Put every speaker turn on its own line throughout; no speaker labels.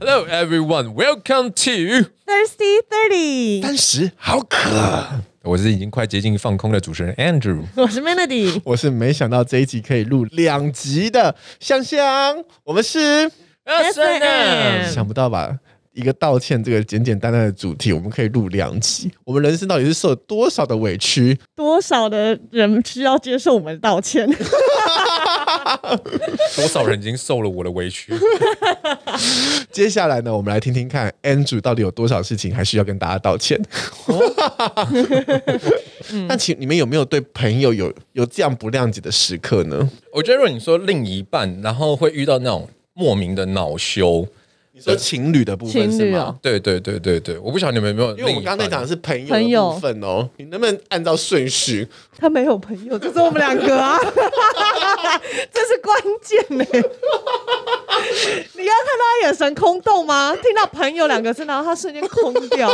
Hello everyone, welcome to
Thirsty Thirty，
三十好渴。我是已经快接近放空的主持人 Andrew。
我是 Melody，
我是没想到这一集可以录两集的香香，我们是
嗯
S&M
想不到吧？一个道歉这个简简单单的主题，我们可以录两集。 我们人生到底是受了多少的委屈？
多少的人需要接受我们的道歉？
多少人已经受了我的委屈？
接下来呢，我们来听听看 Andrew 到底有多少事情还需要跟大家道歉。 那请你们有没有对朋友有有这样不谅解的时刻呢？
我觉得如果你说另一半，然后会遇到那种莫名的恼羞，
你说情侣的部分
情
是
侣
吗？
哦
对对对对对，我不晓得你们有没有另一半，
因为我们刚刚在讲的是朋友
朋
的
友
部分哦，你能不能按照顺序？
他没有朋友，就是我们两个啊， 这是关键呢、 你刚刚看到他眼神空洞吗？听到朋友两个字，然后他瞬间空 掉。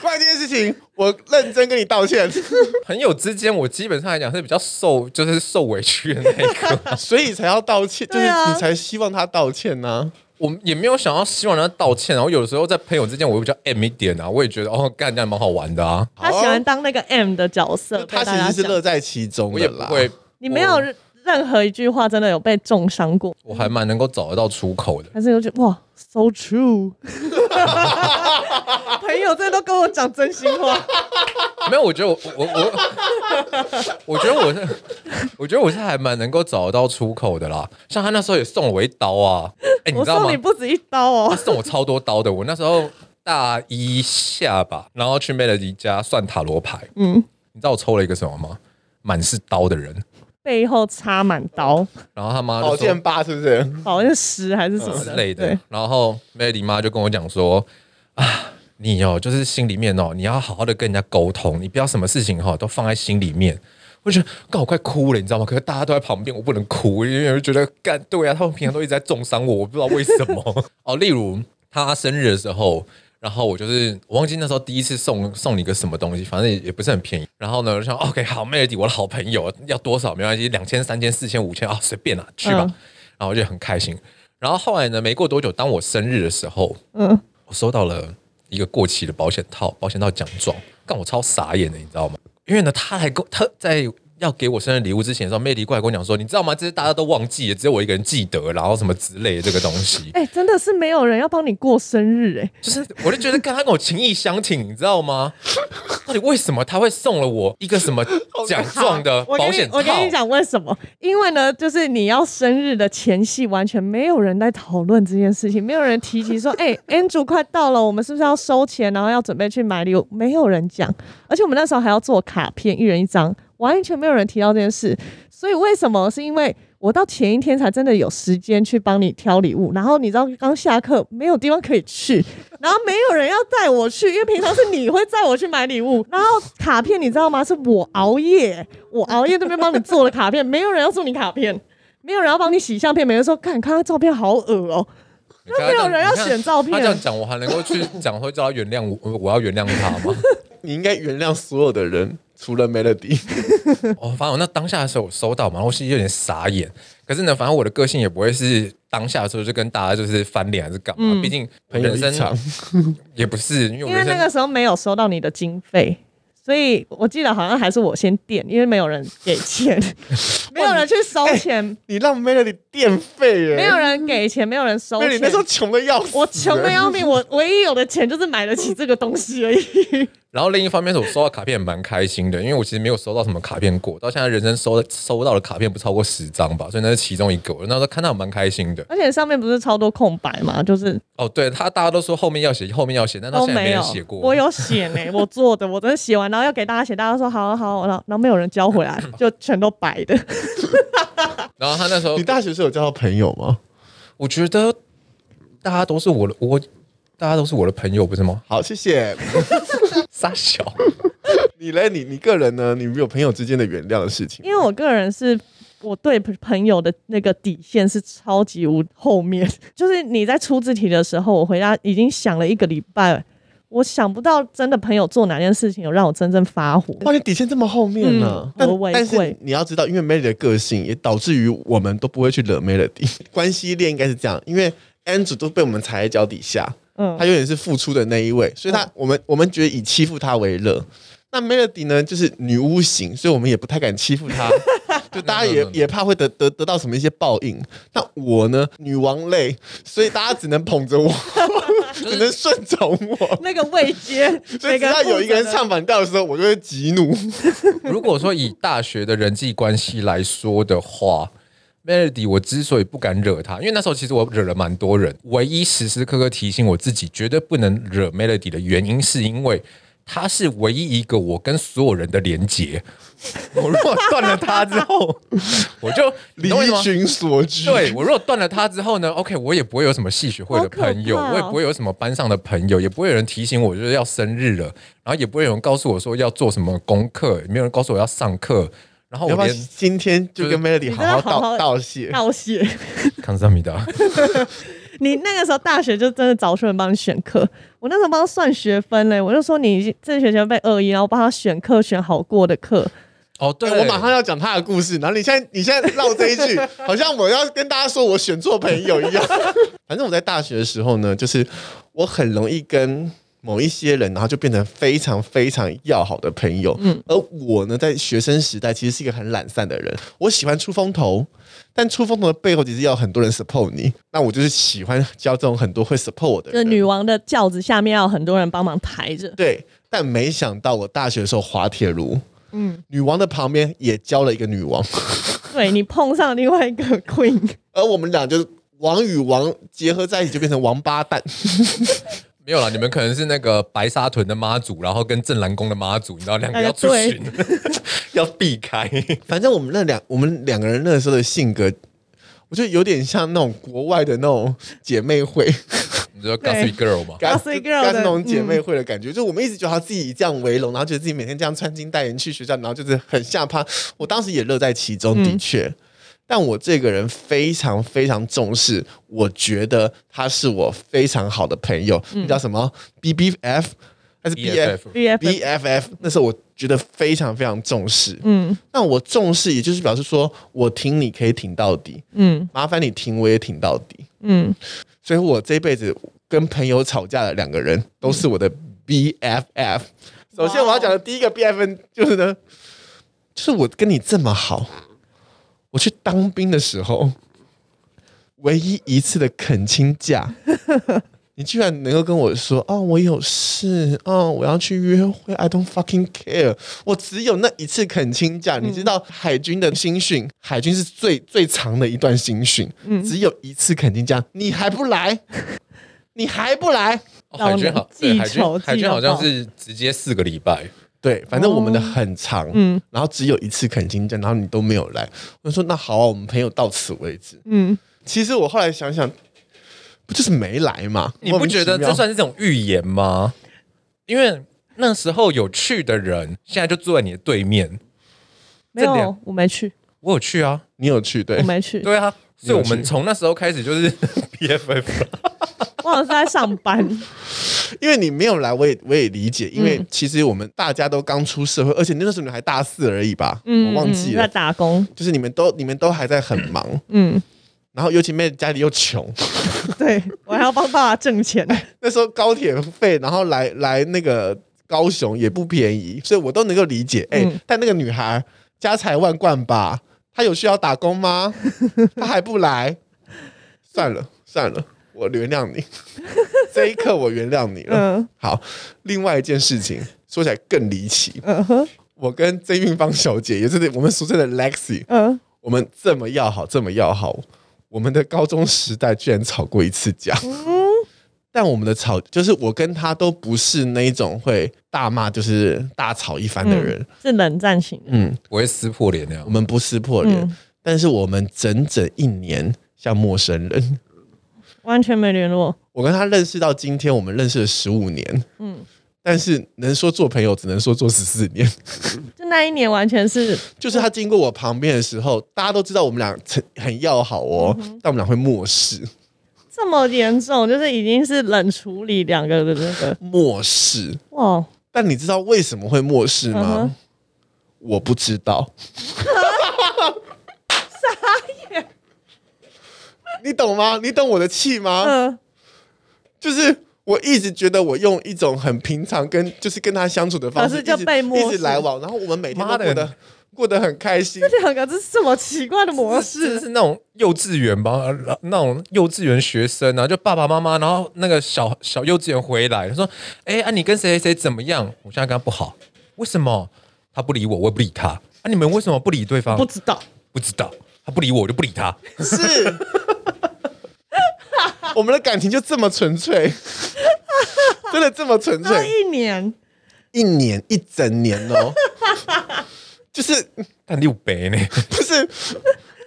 关键事情，我认真跟你道歉。
朋友之间，我基本上来讲是比较受，就是受委屈的那一个。
所以才要道歉，就是
对啊
你才希望他道歉啊呢、
我也没有想要希望人家道歉，然后有的时候在朋友之间，我会比较 M 一点啊，我也觉得哦，干这样蛮好玩的啊，
他喜欢当那个 M 的角色，
他
被大家
其实是
讲
乐在其中
我
的
也不
啦。
会，
你没有
我
任任何一句话真的有被重伤过，
我还蛮能够找得到出口的。
还是有觉得哇，so true。朋友这都跟我讲真心话。
没有，我觉得我我我，我觉得我是，我觉得我是还蛮能够找得到出口的啦。像他那时候也送了我一刀啊，哎、你
我
知道
送
吗
你？不止一刀哦
他，送我超多刀的。我那时候大一下吧，然后去 Melody 家算塔罗牌，嗯，你知道我抽了一个什么吗？满是刀的人。
背后插满刀，
然后他妈
宝
就说
剑八是不是？
好像十还是什么
呃之类的
对，。
然后 Melody 妈就跟我讲说啊。你哦，就是心里面哦，你要好好的跟人家沟通，你不要什么事情哈、都放在心里面。我就觉得，干我快哭了，你知道吗？可是大家都在旁边，我不能哭，因为我就觉得干对啊，他们平常都一直在重伤我，我不知道为什么。 哦，例如他生日的时候，然后我就是我忘记那时候第一次送送你一个什么东西，反正也也不是很便宜。然后呢，我就想哦 OK 好，Melody 我的好朋友要多少没关系，两千、三千、四千、五千啊，随便啦、去吧。
嗯
然后我就很开心。然后后来呢，没过多久，当我生日的时候，
嗯，，
我收到了一个过期的保险套，保险套奖状，干我超傻眼的，你知道吗？因为呢，他还跟我他在要给我生日礼物之前的时候，魅力过来跟我讲说，你知道吗？这是大家都忘记了，只有我一个人记得，然后什么之类的这个东西
哎、真的是没有人要帮你过生日哎、
就是我就觉得跟他跟我情意相挺，你知道吗？到底为什么他会送了我一个什么奖状的
我跟
保
你
险套？
我跟你讲为什么？因为呢，就是你要生日的前夕，完全没有人在讨论这件事情，没有人提及说， 哎、a n d r e w 快到了，我们是不是要收钱，然后要准备去买礼物？没有人讲，而且我们那时候还要做卡片，一人一张，完全没有人提到这件事。所以为什么？是因为我到前一天才真的有时间去帮你挑礼物，然后你知道刚下课没有地方可以去， 然后没有人要带我去，因为平常是你会载我去买礼物，然后卡片你知道吗？是我熬夜，我熬夜这边帮你做了卡片，没有人要送你卡片。 没有人要帮你洗相片，没人说看看他照片好恶哦、
你看他这样
没有人要
你看
选照片
他这样讲，我还能够去讲说叫他原谅我，我要原谅他吗？
你应该原谅所有的人，除了 Melody。
哦，反正我那当下的时候我收到嘛，然后我心里有点傻眼。可是呢，反正我的个性也不会是当下的时候就跟大家就是翻脸还是干嘛，毕竟
嗯朋友
人
一
生
场
也不是，因为我
因为
人
那
生
个时候没有收到你的经费，所以我记得好像还是我先垫，因为没有人给钱， 没有人去收钱，
你让 Melody 电费耶、
没有人给钱，没有人收
Melody
钱
那时。候穷的要死，
我穷的要命，我唯一有的钱就是买得起这个东西而已。
然后另一方面是我收到卡片也蛮开心的，因为我其实没有收到什么卡片过，到现在人生收收到的卡片不超过十张吧，所以那是其中一个。我那时候看到蛮开心的。
而且上面不是超多空白嘛，就是
哦，对他大家都说后面要写，后面要写，但到
都
现在没
没有
人写过。
我有写呢、我做的，我真的写完，然后要给大家写，大家说好啊好啊，然后然后没有人交回来，就全都白的。
然后他那时候
你大学是有交到朋友吗？
我觉得大家都是我的，我大家都是我的朋友，不是吗？
好，谢谢
傻小，
你嘞，你你个人呢？你有朋友之间的原谅的事情？
因为我个人是我对朋友的那个底线是超级无后面， 就是你在出字题的时候，我回家已经想了一个礼拜，我想不到真的朋友做哪件事情有让我真正发火。
哇，你底线这么后面呢、
嗯我违
但但
规
是你要知道，因 为 Melody 的个性也导致于我们都不会去惹 Melody。关系链应该是这样，因为 Andrew 都被我们踩在脚底下，
嗯
他，有点是付出的那一位，所以他、我们我们觉得以欺负他为乐。那 Melody 呢，就是女巫型，所以我们也不太敢欺负 她， 就大家也
No, no, no, no.
也怕会得得得到什么一些报应。那我呢，女王类，所以大家只能捧 着我，只能顺从我。
那个位 阶，
所以
每个
只要有一个人
负责的
唱反调的时候，我就会极怒。
如果说以大学的人际关系来说的话，Melody 我之所以不敢惹他，因为那时候其实我惹了蛮多人。唯一时时刻刻提醒我自己绝对不能惹 Melody 的原因，是因为他是唯一一个我跟所有人的连结。 我如果断了他之后，我就你
离
懂我意思吗？
群所居，
对我如果断了他之后呢？OK，我也不会有什么戏学会的朋友，
好可
我
怕哦
也不会有什么班上的朋友，也不会有人提醒我就是要生日了，然后也不会有人告诉我说要做什么功课，也没有人告诉我要上课，然后
要
我
不要
连
今天就跟 Melody
你
好好
真的好
道
好
道谢？
道谢。
康萨米达，
你那个时候大学就真的找出人帮你选课，我那时候帮他算学分欸嘞，我就说你这学期被二一，然后帮他选课选好过的课，
哦，对，
哎对，我马上要讲他的故事，然后你现在你现在唠这 一句，好像我要跟大家说我选错朋友一样。 反正我在大学的时候呢，就是我很容易跟某一些人，然后就变成非常非常要好的朋友。嗯，而我呢，在学生时代其实是一个很懒散的人，我喜欢出风头，但出风头的背后其实要很多人 support 你。那我就是喜欢交这种很多会 support 我的
就是
人。
女王的轿子下面要有很多人帮忙抬着。
对，但没想到我大学的时候滑铁卢。
嗯，
女王的旁边也交了一个女王，
对你碰上另外一个 queen，
而我们俩就是王与王结合在一起，就变成王八蛋。
没有啦，你们可能是那个白沙屯的妈祖，然后跟正蓝宫的妈祖，你知道两个
哎
要
呀
出巡， 要避开，
反正我们那两我们两个人那时候的性格，我觉得有点像那种国外的那种姐妹会，
你知道 Gossip Girl 吗？
Gossip Girl 的
那种姐妹会的感觉。就我们一直觉得她自己以这样为荣，然后觉得自己每天这样穿金戴银去学校，然后就是很下趴。我当时也乐在其中，的确。但我这个人非常非常重视，我觉得他是我非常好的朋友，那叫什么 BBF 还是 BF？
BFF
BF
BFF，那时候我觉得非常非常重视。
嗯
那我重视，也就是表示说我挺你可以挺到底，
嗯
麻烦你挺我也挺到底。
嗯，
所以我这辈子跟朋友吵架的两个人都是我的 BFF。首先我要讲的第一个 BFF 就是呢，就是我跟你这么好，我去当兵的时候，唯一一次的恳亲假。你居然能够跟我说哦，我有事哦，我要去约会，I don't fucking care。我只有那一次恳亲假，你知道海军的新训，海军是最最长的一段新训，只有一次恳亲假，你还不来，你还不来。
哦海军好，对
记
海
仇
军海
记
军
到
好像
爆
是直接四个礼拜，
对，反正我们的很长，嗯，然后只有一次恳亲假，然后你都没有来，我就说那好啊，我们朋友到此为止。
嗯，
其实我后来想想，不就是没来嘛？
你不觉得
莫名其妙
这算是这种预言吗？因为那时候有去的人，现在就坐在你的对面。
没
这
有
两，
我没去，
我有去啊，
你有去对
我？没去，
对啊，所以
有
我
去
们从那时候开始就是 BFF 了。
我好像是在上班。
因为你没有来，我也我也理解，因
嗯
为其实我们大家都刚出社会，而且那时候你还大四而已吧，
嗯，
我忘记
嗯在
了，
打工。
就是你们都你们都还在很忙，
嗯，
然后尤其妹家里又穷，
对我还要帮爸爸挣 钱。
那时候高铁费，然后来来那个高雄也不便宜，所以我都能够理解。哎、
嗯
但那个女孩家财万贯吧，她有需要打工吗？她还不来，算了算了，我原谅 你，这一刻我原谅你了。
嗯
好，另外一件事情说起来更离奇，
嗯哼
我跟曾运芳小姐，也就是我们俗称的 Lexi，
嗯，
我们这么要好，这么要好，我们的高中时代居然吵过一次架。
嗯
但我们的吵，就是我跟他都不是那一种会大骂，就是大吵一番的人。
是冷战型的。
嗯，
我会撕破脸那样
我。们不撕破脸，
嗯
但是我们整整一年像陌生人。
完全没联络。
我跟他认识到今天，我们认识了十五年。嗯
嗯，
但是能说做朋友，只能说做十四年。
就那一年完全是
就是他经过我旁边的时候，大家都知道我们俩很很要好哦，
嗯
但我们俩会漠视。
这么严重，就是已经是冷处理两个的那个
漠视。
哇，
但你知道为什么会漠视吗？
嗯哼
我 不知道。傻眼。你懂吗？你懂我的气吗？
嗯，
就是我一直觉得我用一种很平常跟就是跟他相处的方式，
可是就被
一直
漠视
一直来往，然后我们每天都
妈的
过得过得很 开心
这。两个这是这么奇怪的模
是
式，
是那种幼稚园吧，呃那种幼稚园学生啊，就爸爸妈妈，然后那个小小幼稚园回来，他说：“哎、啊，你跟谁谁谁怎么样？我现在跟他不好，为什么？他不理我，我也不理他。啊，你们为什么不理对方？
不知道。
不知道，他不理我，我就不理他。
是， 我们的感情就这么 纯粹，真的这么纯
那
粹，
一年，
哎
一年一整年哦，就是
但六杯呢？
不是。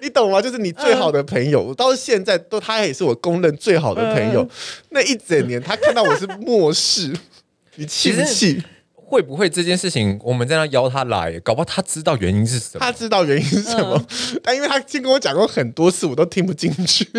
你懂吗？就是你最好的朋友，
嗯
我到现在都他也是我公认最好的朋友。
嗯
那一整年，他看到我是漠视， 你气不
其实
气？
会不会这件事情我们在那邀他来，搞不好他知道原因是什么？
他知道原因是什么，
嗯
但因为他先跟我讲过很多次，我都听不进 去。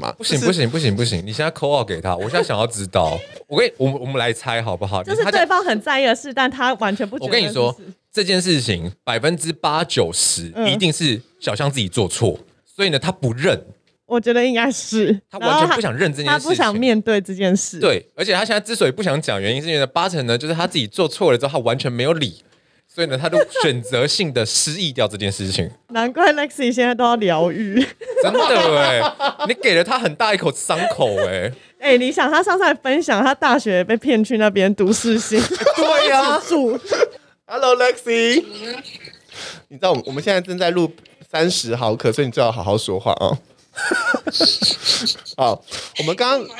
嘛，
不行不行不行不行！你现在扣二给他，我现在想要知 道。我跟你我们我们来猜好不好？
就是
他
对方很在意的事，但他完全不觉
我
得。
跟你说，这件事情百分之八九十
嗯
一定是小香自己做错，所以呢，他不认，
我觉得应该是
他
然
完
后
全不想认这件
他
事
不想
情。
面对这件事。，
对，而且他现在之所以不想讲，原因是因为呢八成呢，就是他自己做错了之后，他完全没有理，所以呢，他就选择性的失忆掉这件事情。
难怪 Lexi 现在都要疗 愈。
真的哎，你给了他很大一口伤口 哎。
哎、你想他上次还分享他大学被骗去那边读 世新，
对呀、
住
Hello Lexi，你知道我们我们现在正在录三十毫克，所以你最好好好说话啊、好，我们刚刚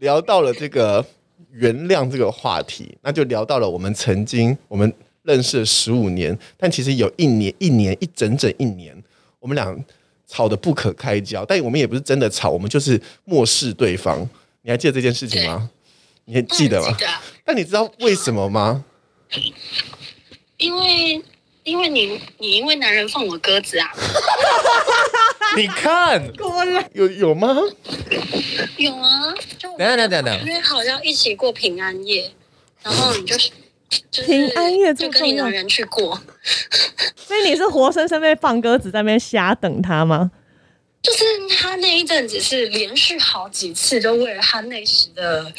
聊到了这个原谅这个话题，那就聊到了我们曾经我们认识了十五年，但其实有一年一年一整整一年，我们俩吵得不可开交，但我们也不是真的吵，我们就是漠视对方。你还记得这件事情吗？你还记得吗？
嗯记得，
但你知道为什么吗？
因为因为你你因为男人放我鸽子啊，
你看，
过来，
有有吗？
有啊，就我
等一下等一下等一下
们约好要一起过平安夜，然后你就是。就是
平安夜这
就
么
跟你
重要
的人去过，
所以你是活生生被放鸽子在那边瞎等他吗？
就是他那一阵子是连续好几次都为了他那时的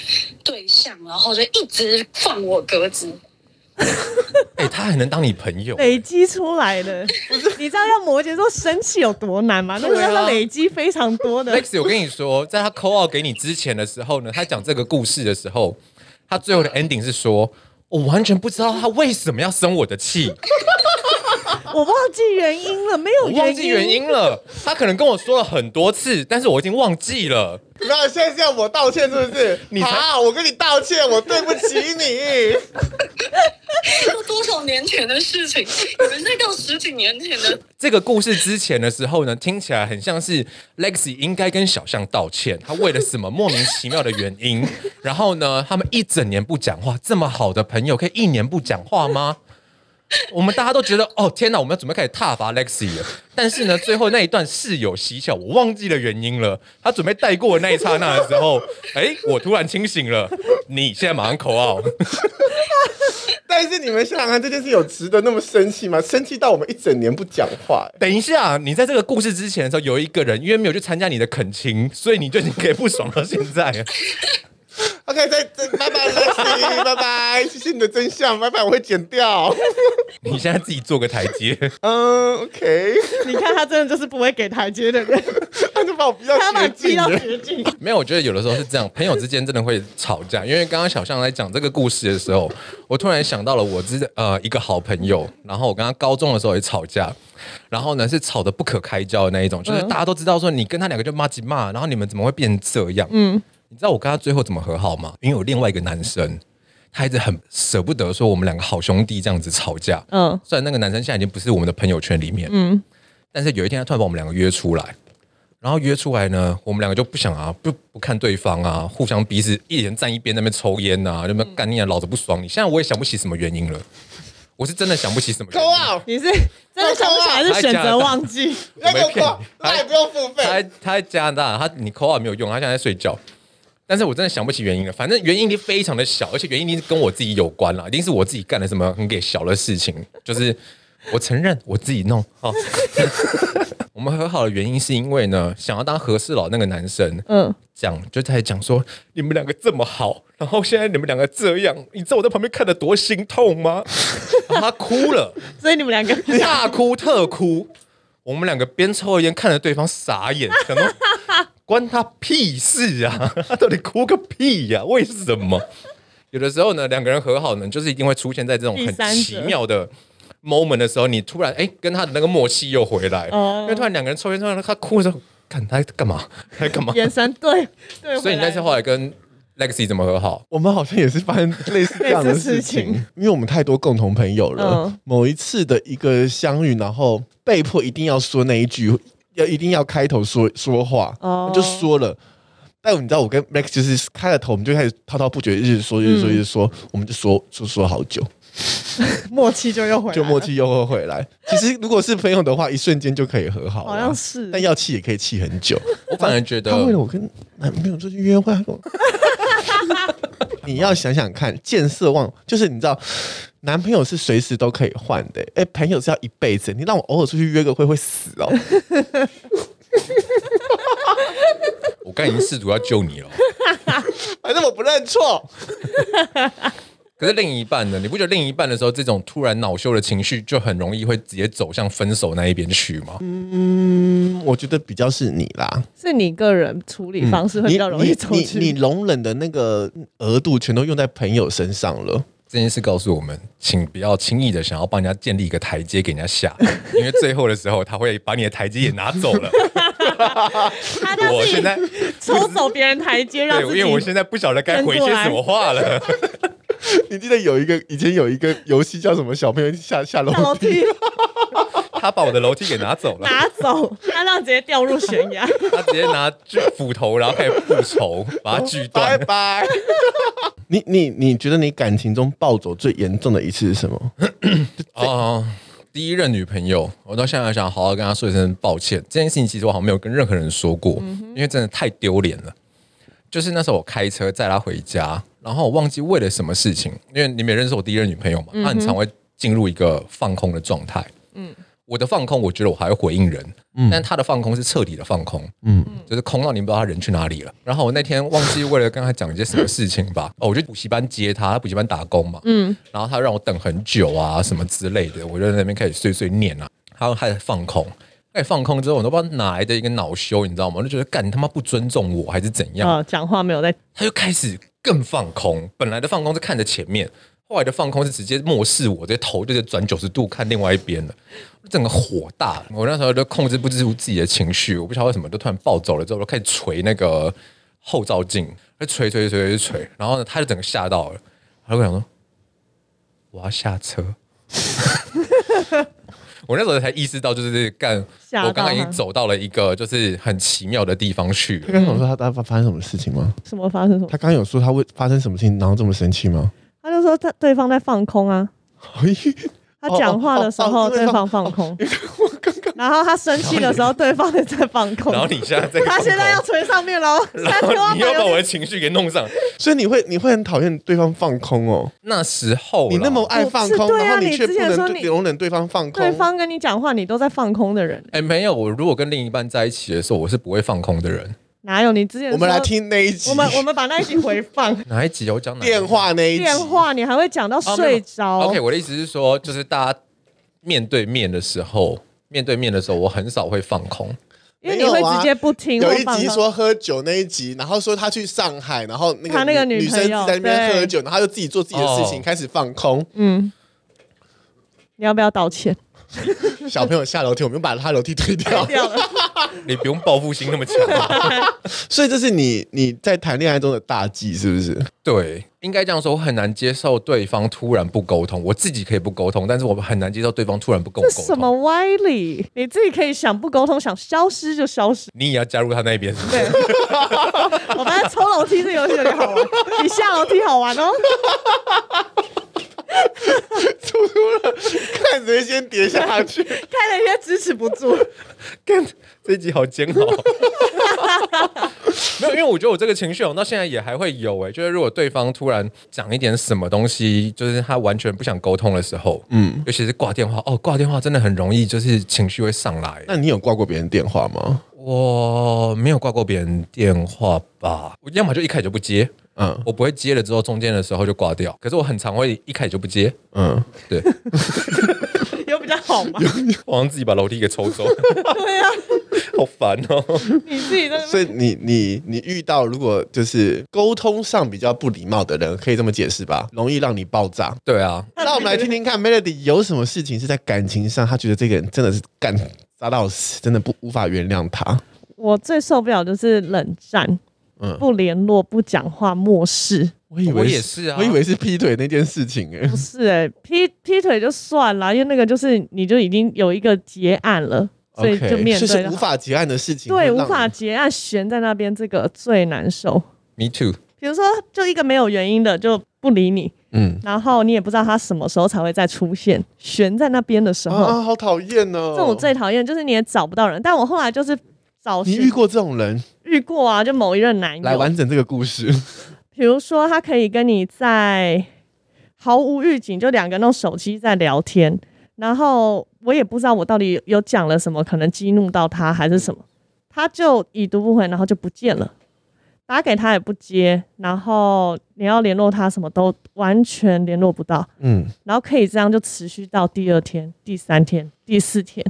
对象，然后就一直放我鸽子。
哎、他还能当你朋友，
累积出 来的，你知道要摩羯座生气有多难吗？那个
对
要
啊
累积非常多 的。
Lexi，我跟你说，在他 call out 给你之前的时候呢，他讲这个故事的时候，他最后的
嗯
ending 是说，我完全不知道他为什么要生我的气，
我忘记原因了，没 有
我
原因，
忘记原因了。他可能跟我说了很多次，但是我已经忘记了。
那现在是要我道歉是不是？
你才
好，啊我跟你道歉，我对不起你。
都多少年前的事情，你们在到十几年前的
这个故事之前的时候呢，听起来很像是 Lexi 应该跟小象道歉，他为了什么莫名其妙的原因，然后呢，他们一整年不讲话，这么好的朋友可以一年不讲话吗？我们大家都觉得哦，天哪，我们要准备开始挞伐 Lexi 了。但是呢，最后那一段事有蹊跷，我忘记了原因了。他准备带过的那一刹那的时候，哎，我突然清醒了。你现在马上口号，
但是你们想想看，这件事有值得那么生气吗？生气到我们一整年不讲话、欸
等一下，你在这个故事之前的时候，有一个人因为没有去参加你的恳亲，所以你就已经可以不爽到现在了。
OK，再再拜拜 Lexi，拜拜，谢谢你的真相，拜拜，我会剪掉。
你现在自己做个台阶，
嗯，OK，
你看他真的就是不会给台阶的人，
他就把我逼 到
他把
绝
你逼
境
到
了。
绝境。
没有？我觉得有的时候是这样，朋友之间真的会吵架。因为刚刚小象在讲这个故事的时候，我突然想到了我之呃一个好朋友，然后我跟他高中的时候也吵架，然后呢是吵得不可开交的那一种，就是大家都知道说你跟他两个就骂几骂，然后你们怎么会变这样？嗯，你知道我跟他最后怎么和好吗？因为有另外一个男生。他一直很舍不得说我们两个好兄弟这样子吵架，
嗯，
虽然那个男生现在已经不是我们的朋友圈里面，嗯，但是有一天他突然把我们两个约出来，然后约出来呢，我们两个就不想啊，不不看对方啊，互相彼此一人站一边那边抽烟呐、啊，那边干你啊，老子不爽你。现在我也想不起什么原因了，我是真的想不起什么
Go
原因。
out，
你是 真的想不起来，还是选择忘记？
要给
我
我
没骗
过
你，
那也不用付
他在
费。
他在加拿大，他你 call out 没有用，他现在在睡觉。但是我真的想不起原因了，反正原因一定非常的小，而且原因一定是跟我自己有关啦，一定是我自己干了什么很给小的事情，就是我承认我自己弄。哦、 我们和好的原因是因为呢，想要当和事佬那个男生
嗯，
讲，就在讲说你们两个这么好，然后现在你们两个这样，你知道我在旁边看得多心痛吗？ 然后他哭了，
所以你们两个
大哭特哭。我们两个边抽烟看着对方傻眼，想说关他屁事啊！ 他到底哭个屁呀、为什么？有的时候呢，两个人和好呢，就是一定会出现在这种
第
很
三者
奇妙的 moment 的时候，你突然哎、跟他的那个默契又回来，
哦
因为突然两个人抽烟，突然他哭的时候，看他在干嘛？ 他在干嘛？
眼神对对，
所以你那次后来跟 Lexi 怎么和好？
我们好像也是发 生类似这样的事情，
类似事情
因为我们太多共同朋友了。
嗯
某一次的一个相遇，然后被迫一定要说那一句，要一定要开头说说话，
哦
就说了。但你知道，我跟 Max 就是开了头，我们就开始滔滔不绝，一直说，一直
嗯
说，一直说，我们就说说说好久，
默契就又回来，
就默，契又会回来。其实如果是朋友的话，一瞬间就可以和好了，啊
好像是
但要气也可以气很久。
我反而觉得
他为了我跟男朋友出去约会，他跟我 你要想想看，见色忘就是你知道，男朋友是随时都可以换的、哎、朋友是要一辈子，你让我偶尔出去约个会会死哦。
我刚才已经试图要救你了，
反正我不认错，
可是另一半呢？你不觉得另一半的时候，这种突然恼羞的情绪就很容易会直接走向分手那一边去吗？
嗯，我觉得比较是你啦，
是你个人处理方式会比
你
较
嗯
容易
你
走
你
去。
你容忍的那个额度全都用在朋友身上了。
这件事告诉我们，请不要轻易的想要帮人家建立一个台阶给人家 下，因为最后的时候他会把你的台阶也拿走了。
他让
我
自己
现在
抽走别人台阶，让
对，
自
因
己
为我现在不晓得该回些什么话了。
你记得有一个以前有一个游戏叫什么？小朋友下下楼
下楼
梯，
梯
他把我的楼梯给拿走了，
拿走，他让直接掉入悬 崖。
他直接拿锯斧头，然后开始复仇，把他锯
拜
断。
拜。 你你你觉得你感情中暴走最严重的一次是什么？
哦，第一任女朋友，我到现在还想好好跟她说一声抱歉。这件事情其实我好像没有跟任何人说过，因为真的太丢脸了。就是那时候我开车载她回家，然后我忘记为了什么事情，因为你们也认识我第一任女朋友嘛，她很常会进入一个放空的状态。嗯，我的放空，我觉得我还会回应人，但她的放空是彻底的放空，嗯，就是空到你不知道她人去哪里了。然后我那天忘记为了跟她讲一些什么事情吧，哦，我去补习班接她，她补习班打工嘛，嗯，然后她让我等很久啊，什么之类的，我就在那边开始碎碎念啊，她开始放空。开始放空之后，我都不知道哪来的一个恼羞，你知道吗？我就觉得干你他妈不尊重我还是怎样？
呃，讲话没有在
他就开始更放空。本来的放空是看着前面，后来的放空是直接漠视我，直接头就是转九十度看另外一边了。我整个火大，我那时候就控制不住自己的情绪，我不晓得为什么，就突然暴走了之后，我就开始捶那个后照镜，就捶捶捶捶捶，然后呢，他就整个吓到了，他就跟我讲说：“我要下车。” 我那时候才意识到，就是干，
吓到
我刚刚已
他
经走到了一个就是很奇妙的地方去了
他。刚刚有说他他发生什么事情吗？
什么发生什么
他，刚刚有说他为发生什么事情，然后这么生气吗？
他就说他对方在放空啊，他讲话的时
哦哦哦
候
哦对
对
方
方放空，然后他生气的时候对方也在放空
然，后你现在在，
他现在要捶上面哦喽，他
然
天
后
花板
你要把
有
我
点
的情绪给弄上。
所以你会你会很讨厌对方放空哦，
那时候啦
你那么爱放
我是
空，
对啊
然后
你
却不
之前说
能
你
容忍对方放空。
对方跟你讲话，你都在放空的人，
哎、没有，我如果跟另一半在一起的时候，我是不会放空的人。
哪有你之前
我
说
们来，听那一集，
我们我们把那一集回放
哪一集我讲哪一集
电话那一集，
电话，你还会讲到
哦没有
睡着。
OK，我的意思是说，就是大家面对面的时候，面对面的时候，我很少会放空。
因为你会直接不听。
有
或
一
放
集
上
说喝酒那一集，然后说他去上海，然后那个
他那个
女
女
女生
朋友
在那边
对
喝酒，然后他就自己做自己的事情，
哦
开始 放空。
嗯，你要不要道歉？
小朋友下楼梯，我们把他楼梯推 掉。
掉了，
你不用报复心那么强。啊
所以这是你你在谈恋爱中的大忌，是不 是？
对，应该这样说，我很难接受对方突然不沟通。我自己可以不沟通，但是我很难接受对方突然不跟我
这
沟通。
什么歪理？你自己可以想不沟通，想消失就消失。
你也要加入他那边？是不是
对， 我发现抽楼梯这游戏有点好玩，比下楼梯好玩哦。
看谁先跌下去。
看了一些支持不住，
干，这一集好煎熬。 没有，因为我觉得我这个情绪，我到现在也还会有哎、就是如果对方突然讲一点什么东西，就是他完全不想沟通的时候，嗯，尤其是挂电话，哦，挂电话真的很容易，就是情绪会上来。
那你有挂过别人电话吗？
我没有挂过别人电话吧？我要么就一开始就不接，
嗯
我不会接了之后中间的时候就挂掉。可是我很常会一开始就不接，
嗯，
对，
有比较好吗？
我好像自己把楼梯给抽走， 对
啊，
好烦哦。
你自己在那边
所以你你你遇到如果就是沟通上比较不礼貌的人，可以这么解释吧，容易让你爆炸。
对啊，
那我们来听听看 Melody 有什么事情是在感情上，他觉得这个人真的是干渣到死，真的不无法原谅他。
我最受不了就是冷战，
嗯
不联络、不讲话、漠视。
我以
我也是啊
我以为是劈腿那件事情哎、
不是哎、劈劈腿就算了，因为那个就是你就已经有一个结案了，所以
OK，
就面
就
对
是
了
无法结案的事情，
对
会
无
让
法
你
结案，悬在那边，这个最难受。
Me too。
比如说，就一个没有原因的就不理你，
嗯
然后你也不知道他什么时候才会再出现，悬在那边的时候，
啊，好讨厌哦。
这种最讨厌，就是你也找不到人。但我后来就是找
你
寻
遇过这种人，
遇过啊，就某一任男友，
来完整这个故事。
比如说，他可以跟你在毫无预警，就两个人用手机在聊天，然后我也不知道我到底有讲了什么，可能激怒到他还是什么，他就已读不回，然后就不见了，打给他也不接，然后你要联络他什么都完全联络不到，
嗯，
然后可以这样就持续到第二天、第三天、第四天，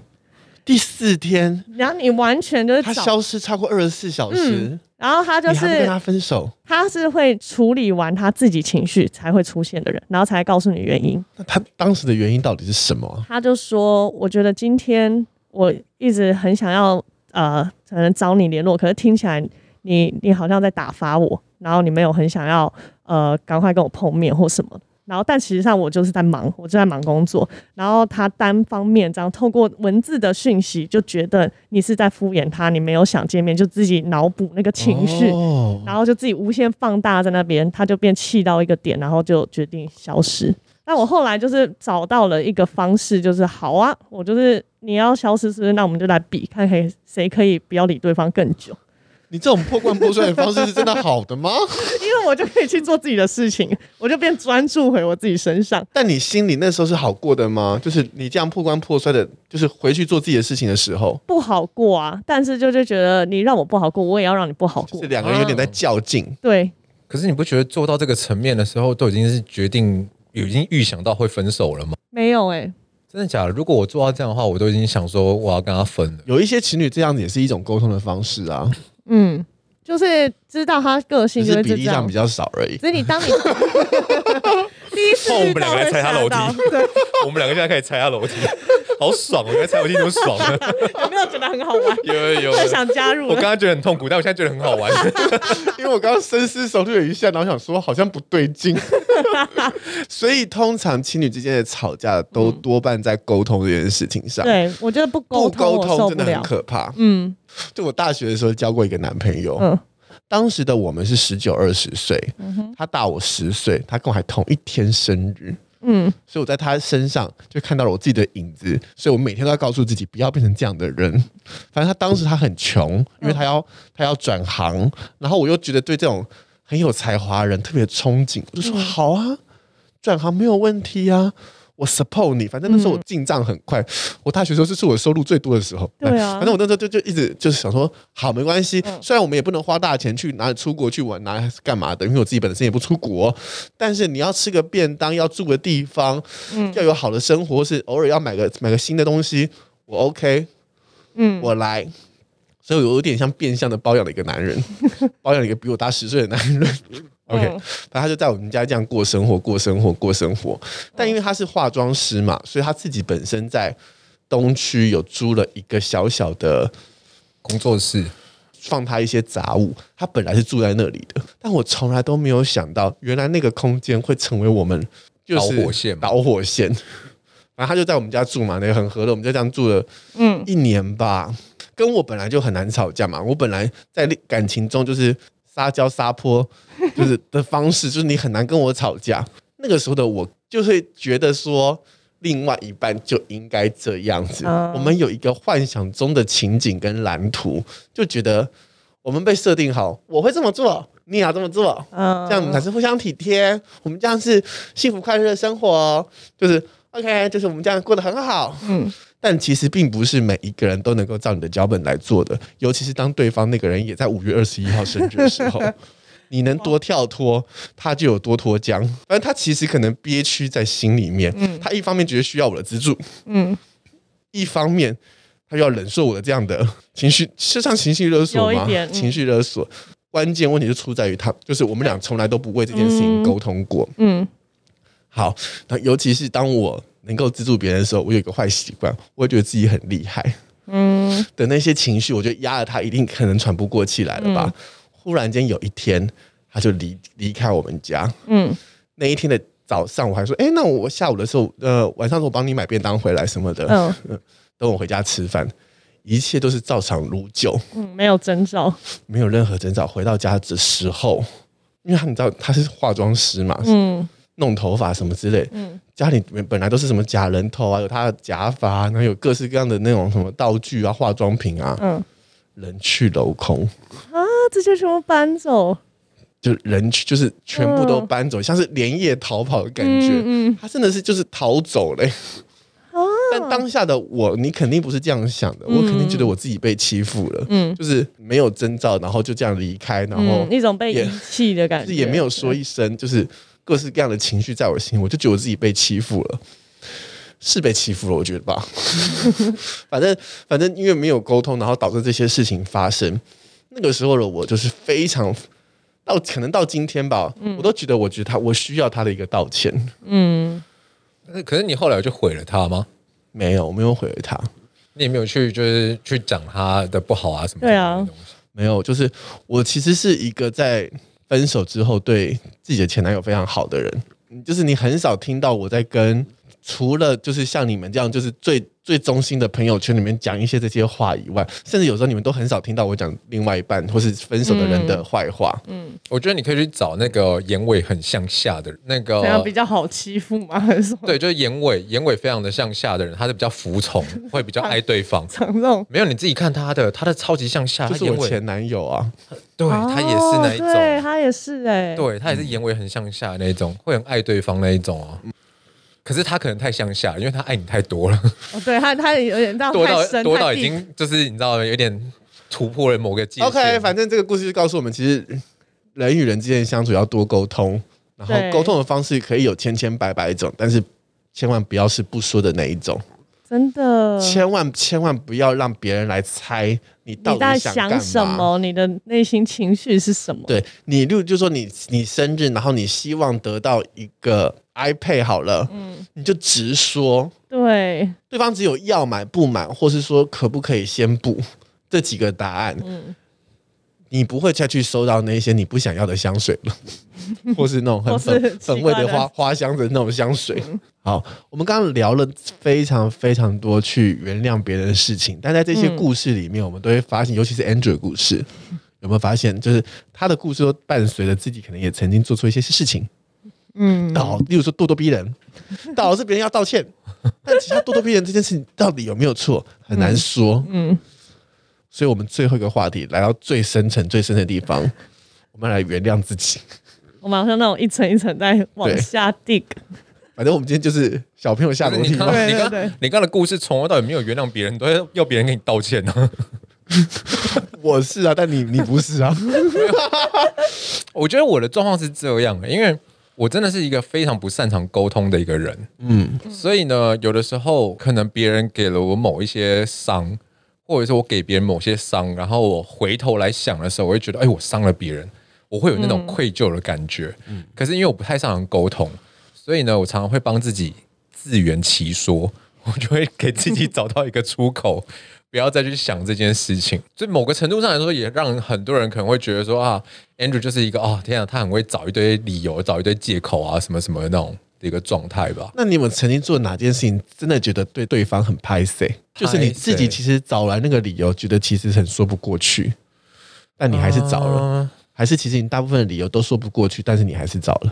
第四天
然后你完全就是
他
找，
消失超过二十四小时，
然后嗯他就
你还不
是
跟他分手，
他是会处理完他自己情绪才会出现的人，然后才告诉你原因。
那他当时的原因到底是什么啊？
他就说：“我觉得今天我一直很想要呃，可能找你联络，可是听起来你你好像在打发我，然后你没有很想要呃，赶快跟我碰面或什么。”然后，但其实上我就是在忙，我就在忙工作。然后他单方面这样透过文字的讯息，就觉得你是在敷衍他，你没有想见面，就自己脑补那个情绪。
哦
然后就自己无限放大在那边，他就变气到一个点，然后就决定消失。但我后来就是找到了一个方式，就是好啊，我就是你要消失是不是？那我们就来比，看可以谁可以不要理对方更久，
你这种破罐破摔的方式是真的好的吗？
因为我就可以去做自己的事情，我就变专注回我自己身上。
但你心里那时候是好过的吗？就是你这样破罐破摔的，就是回去做自己的事情的时候，
不好过啊，但是就就觉得你让我不好过，我也要让你不好
就
过嗯
是。两个人有点在较劲。
对，
可是你不觉得做到这个层面的时候，都已经是决定，已经预想到会分手了吗？
没有哎、
真的假的？如果我做到这样的话，我都已经想说我要跟他分了。
有一些情侣这样子也是一种沟通的方式啊，
嗯，就是知道他个性
只
就是会
比
是
例
这
上
样
比。较少而已。
所以你当你第一次
哦碰我
遇
们两
到
个
会
踩他
吓
楼
到
梯，
对，
我们两个现在可以踩下楼梯，好爽！我觉得踩楼梯那么爽呢。
有没有觉得很好 玩？
有有有，
很想加入
我刚刚觉得很痛苦，但我现在觉得很好玩。
因为我刚刚深思熟虑了一下，然后想说好像不对 劲，所以通常情侣之间的吵架都多半在沟通这件事情上。
对，我觉得不沟
不沟
我受
通
不
真的很
了。
可怕。
嗯
就我大学的时候交过一个男朋友，
嗯，
当时的我们是十九二十岁，他大我十岁，他跟我还同一天生日，
嗯，
所以我在他身上就看到了我自己的影子，所以我每天都要告诉自己不要变成这样的人。反正他当时他很穷，
嗯
因为他要他要转行，然后我又觉得对这种很有才华的人特别憧憬，我
嗯
就说好啊，转行没有问题啊。我 support 你，反正那时
嗯
候我进账很快，我大学时候这是我收入最多的时候。
对啊嗯
反正我那时候就就一直就是想说，好没关系，虽然我们也不能花大钱去哪里出国去玩，哪里干嘛的，因为我自己本身也不出国，但是你要吃个便当，要住个地方，
嗯
要有好的生活，是偶尔要买个买个新的东西，我 OK，
嗯
我来。所以我有点像变相的包养了一个 男人，包养了一个比我大十岁的男人。OK，
嗯
反正他就在我们家这样过生活，过生活，过生活。
嗯
但因为他是化妆师嘛，所以他自己本身在东区有租了一个小小的
工作室
放他一些杂物，他本来是住在那里的，但我从来都没有想到，原来那个空间会成为我们就是
导火线嘛
导火线。 然后他就在我们家住嘛，那个很合的，我们就这样住了
嗯
一年吧。跟我本来就很难吵架嘛，我本来在感情中就是撒娇撒泼，就是的方式，就是你很难跟我吵架。那个时候的我就会觉得说，另外一半就应该这样子。
啊
我们有一个幻想中的情景跟蓝图，就觉得我们被设定好，我会这么做，你也要这么做，
嗯，
这样我们才是互相体贴。我们这样是幸福快乐的生活哦，就是 OK，就是我们这样过得很好。
嗯，
但其实并不是每一个人都能够照你的脚本来做的，尤其是当对方那个人也在五月二十一号生日的时 候，你能多跳脱，他就有多脱缰。反正他其实可能憋屈在心里面，他一方面觉得需要我的资助，
嗯，
一方面他又要忍受我的这样的情绪，是像情绪勒索
有
吗
一点？嗯
情绪勒索。关键问题就出在于他，就是我们俩从来都不为这件事情沟通过。
嗯
好，那尤其是当我能够资助别人的时候，我有一个坏习惯，我会觉得自己很厉害。
嗯
的那些情绪，我觉得压了他一定可能喘不过气来了吧。忽然间有一天，他就离离开我们家。
嗯
那一天的早上，我还说：“哎、那我下午的时候，呃，晚上的时候我帮你买便当回来什么的，呃
嗯
等我回家吃饭。”一切都是照常如旧，
嗯，没有征兆，
没有任何征兆。回到家的时候，因为他你知道他是化妆师嘛，
嗯
弄头发什么之类，
嗯
家里面本来都是什么假人头啊，有他的假发啊，然后有各式各样的那种什么道具啊、化妆品啊，
嗯，
人去楼空。
那这些全部搬走，
就人去就是全部都
嗯
搬走，像是连夜逃跑的感
嗯
觉。
啊嗯
他真的是就是逃走嘞、但当下的我，你肯定不是这样想的，我肯定觉得我自己被欺负了，
嗯
就是没有征兆，然后就这样离开，然后
嗯，一种被
也
遗弃的感
就是
觉，嗯
也没有说一声，就是各式各样的情绪在我心里，我就觉得我自己被欺负了。是被欺负了，我觉得吧。 反正反正因为没有沟通，然后导致这些事情发生。那个时候的我就是非常到可能到今天吧，我都觉得我觉得他我需要他的一个道歉。
嗯，
但是可是你后来就毁了他吗？
没有，我没有回他，
你也没有去就是去讲他的不好啊什么
对啊
之类的东西
没有，就是我其实是一个在分手之后对自己的前男友非常好的人，嗯就是你很少听到我在跟除了就是像你们这样就是最最忠心的朋友圈里面讲一些这些话以外，甚至有时候你们都很少听到我讲另外一半或是分手的人的坏话。
我觉得你可以去找那个眼尾很向下的那个
这，样比较好欺负嘛，还是什么？
对，就是眼尾眼尾非常的向下的人，他是比较服从，会比较爱对 方。
讲这种
没有，你自己看他的，他的超级向下，
就
他
是
眼
我
尾，
前男友啊，
对他也是那一
哦对
种，
他也是哎、
对他也是眼尾很向下的那一种，会很爱对方那一种哦。
嗯
可是他可能太向下了，因为他爱你太多 了，
哦对他他有点到
多
太
到
深
多
太
到已
低
经就是你知道有点突破了某个界限。
OK，反正这个故事就告诉我们，其实人与人之间相处要多沟通，然后
对
沟通的方式可以有千千百百种，但是千万不要是不说的那一种，
真的。
千万千万不要让别人来猜你到
你
底
在
想
想
干
什
嘛。
么？你的内心情绪是什么？
对你，例如就说你你生日，然后你希望得到一个 iPad 好了，
嗯
你就直说，
对，
对方只有要买不买，或是说可不可以先不 这几个答案，
嗯
你不会再去收到那些你不想要的香水 了，或是那种很
或
粉
是奇
粉味
怪
的
的嗯
花花香的那种香水。好，我们刚刚聊了非常非常多去原谅别人的事情，但在这些故事里面，我们都会发
嗯
现，尤其是 Andrew 的故事，有没有发现，就是他的故事都伴随着自己可能也曾经做出一些事情，
嗯，
导，例如说咄咄逼人， 导致别人要道歉。但其实他咄咄逼人这件事情到底有没有错，很难说。嗯，所以我们最后一个话题来到最深层、最深的地方， 我们来原谅自己。
我们好像那种一层一层在往
对
下 dig，
反正我们今天就是小朋友下楼
你
梯嘛
刚，
对
你
对
刚
对
你刚的故事从头到尾没有原谅别人，都要要别人给你道歉呢、 啊
我是啊，但你你不是啊。
我觉得我的状况是这样，因为我真的是一个非常不擅长沟通的一个人，
嗯，
所以呢，有的时候可能别人给了我某一些伤，或者是我给别人某些伤，然后我回头来想的时候，我会觉得，哎，我伤了别人，我会有那种愧疚的感觉。可是因为我不太擅长沟通，所以呢，我常常会帮自己自圆其说，我就会给自己找到一个出口。不要再去想这件事情，所以某个程度上来说，也让很多人可能会觉得说啊，Andrew 就是一个哦，天啊，他很会找一堆理由、找一堆借口啊，什么什么的那种的一个状态吧。
那你们曾经做哪件事情真的觉得对对方很拍 C？就是你自己其实找来那个理由，觉得其实很说不过去，但你还是找了。
啊
还是其实你大部分的理由都说不过去，但是你还是找了。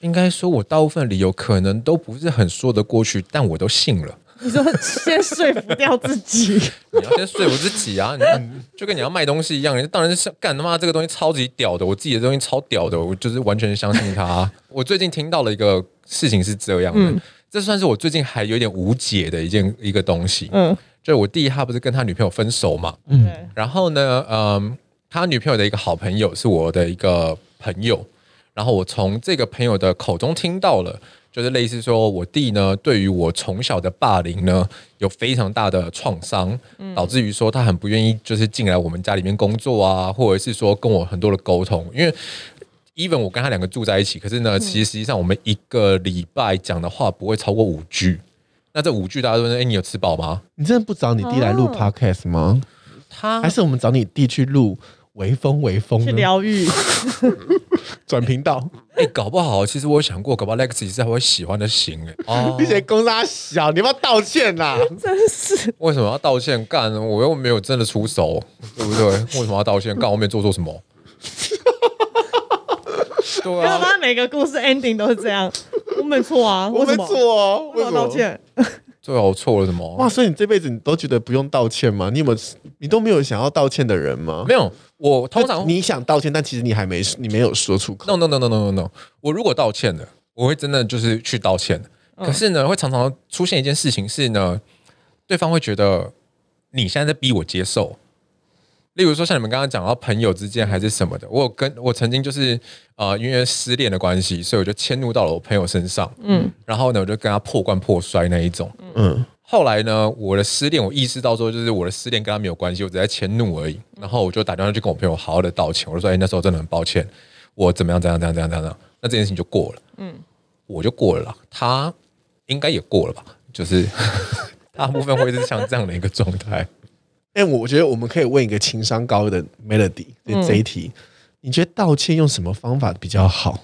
应该说，我大部分理由可能都不是很说得过去，但我都信了。
你说先说服掉自己，
你要先说服自己啊！你就跟你要卖东西一样，你当然是想干他妈这个东西超级屌的，我自己的东西超屌的，我就是完全相信它啊、 我最近听到了一个事情是这样的，
嗯
这算是我最近还有点无解的一件一个东西。
嗯，
就是我弟他不是跟他女朋友分手嘛，
对，
然后呢，嗯，他女朋友的一个好朋友是我的一个朋友，然后我从这个朋友的口中听到了，就是类似说我弟呢，对于我从小的霸凌呢，有非常大的创伤，导致于说他很不愿意就是进来我们家里面工作啊，或者是说跟我很多的沟通，因为。even 我跟他两个住在一起，可是呢，其实实际上我们一个礼拜讲的话不会超过五句。那这五句大家都说，哎、你有吃饱吗？
你真的不找你弟来录
哦
podcast 吗？
他
还是我们找你弟去录微风微风
嗯去
呢？
疗愈，
转频道，
哎、搞不好，其实我有想过，搞不好 Lexi 是还会喜欢的型哎、哦
你写公拉小，你要不要道歉啊啦？
真是
为什么要道歉？干，我又没有真的出手，对不对？为什么要道歉？干，我没做错什 么。对
没有，
啊，
他每个故事 ending 都是这样，我没错啊，
我
为
们
什么？
错哦，
为什么道？歉？
对啊，我错了什
哇，
么？
所以你这辈子你都觉得不用道歉吗？你有没有？你都没有想要道歉的人吗？
没有，我通常
你想道歉，但其实你还没你没有说出口。
no no no no no no no，我如果道歉了，我会真的就是去道歉。可是呢，会常常出现一件事情是呢，对方会觉得你现在在逼我接受。例如说，像你们刚刚讲到朋友之间还是什么的，我有跟我曾经就是呃，因为失恋的关系，所以我就迁怒到了我朋友身上。嗯，然后呢，我就跟他破罐破摔那一种。
嗯，
后来呢，我的失恋，我意识到说，就是我的失恋跟他没有关系，我只在迁怒而已。然后我就打电话去跟我朋友好好的道歉，我就说：“哎、那时候真的很抱歉，我怎么样怎样怎样怎样怎样。怎样”那这件事情就过了，嗯，我就过了啦，他应该也过了吧？就是大部分会是像这样的一个状态。
哎、我我觉得我们可以问一个情商高的 Melody
嗯
这这一题，你觉得道歉用什么方法比较好？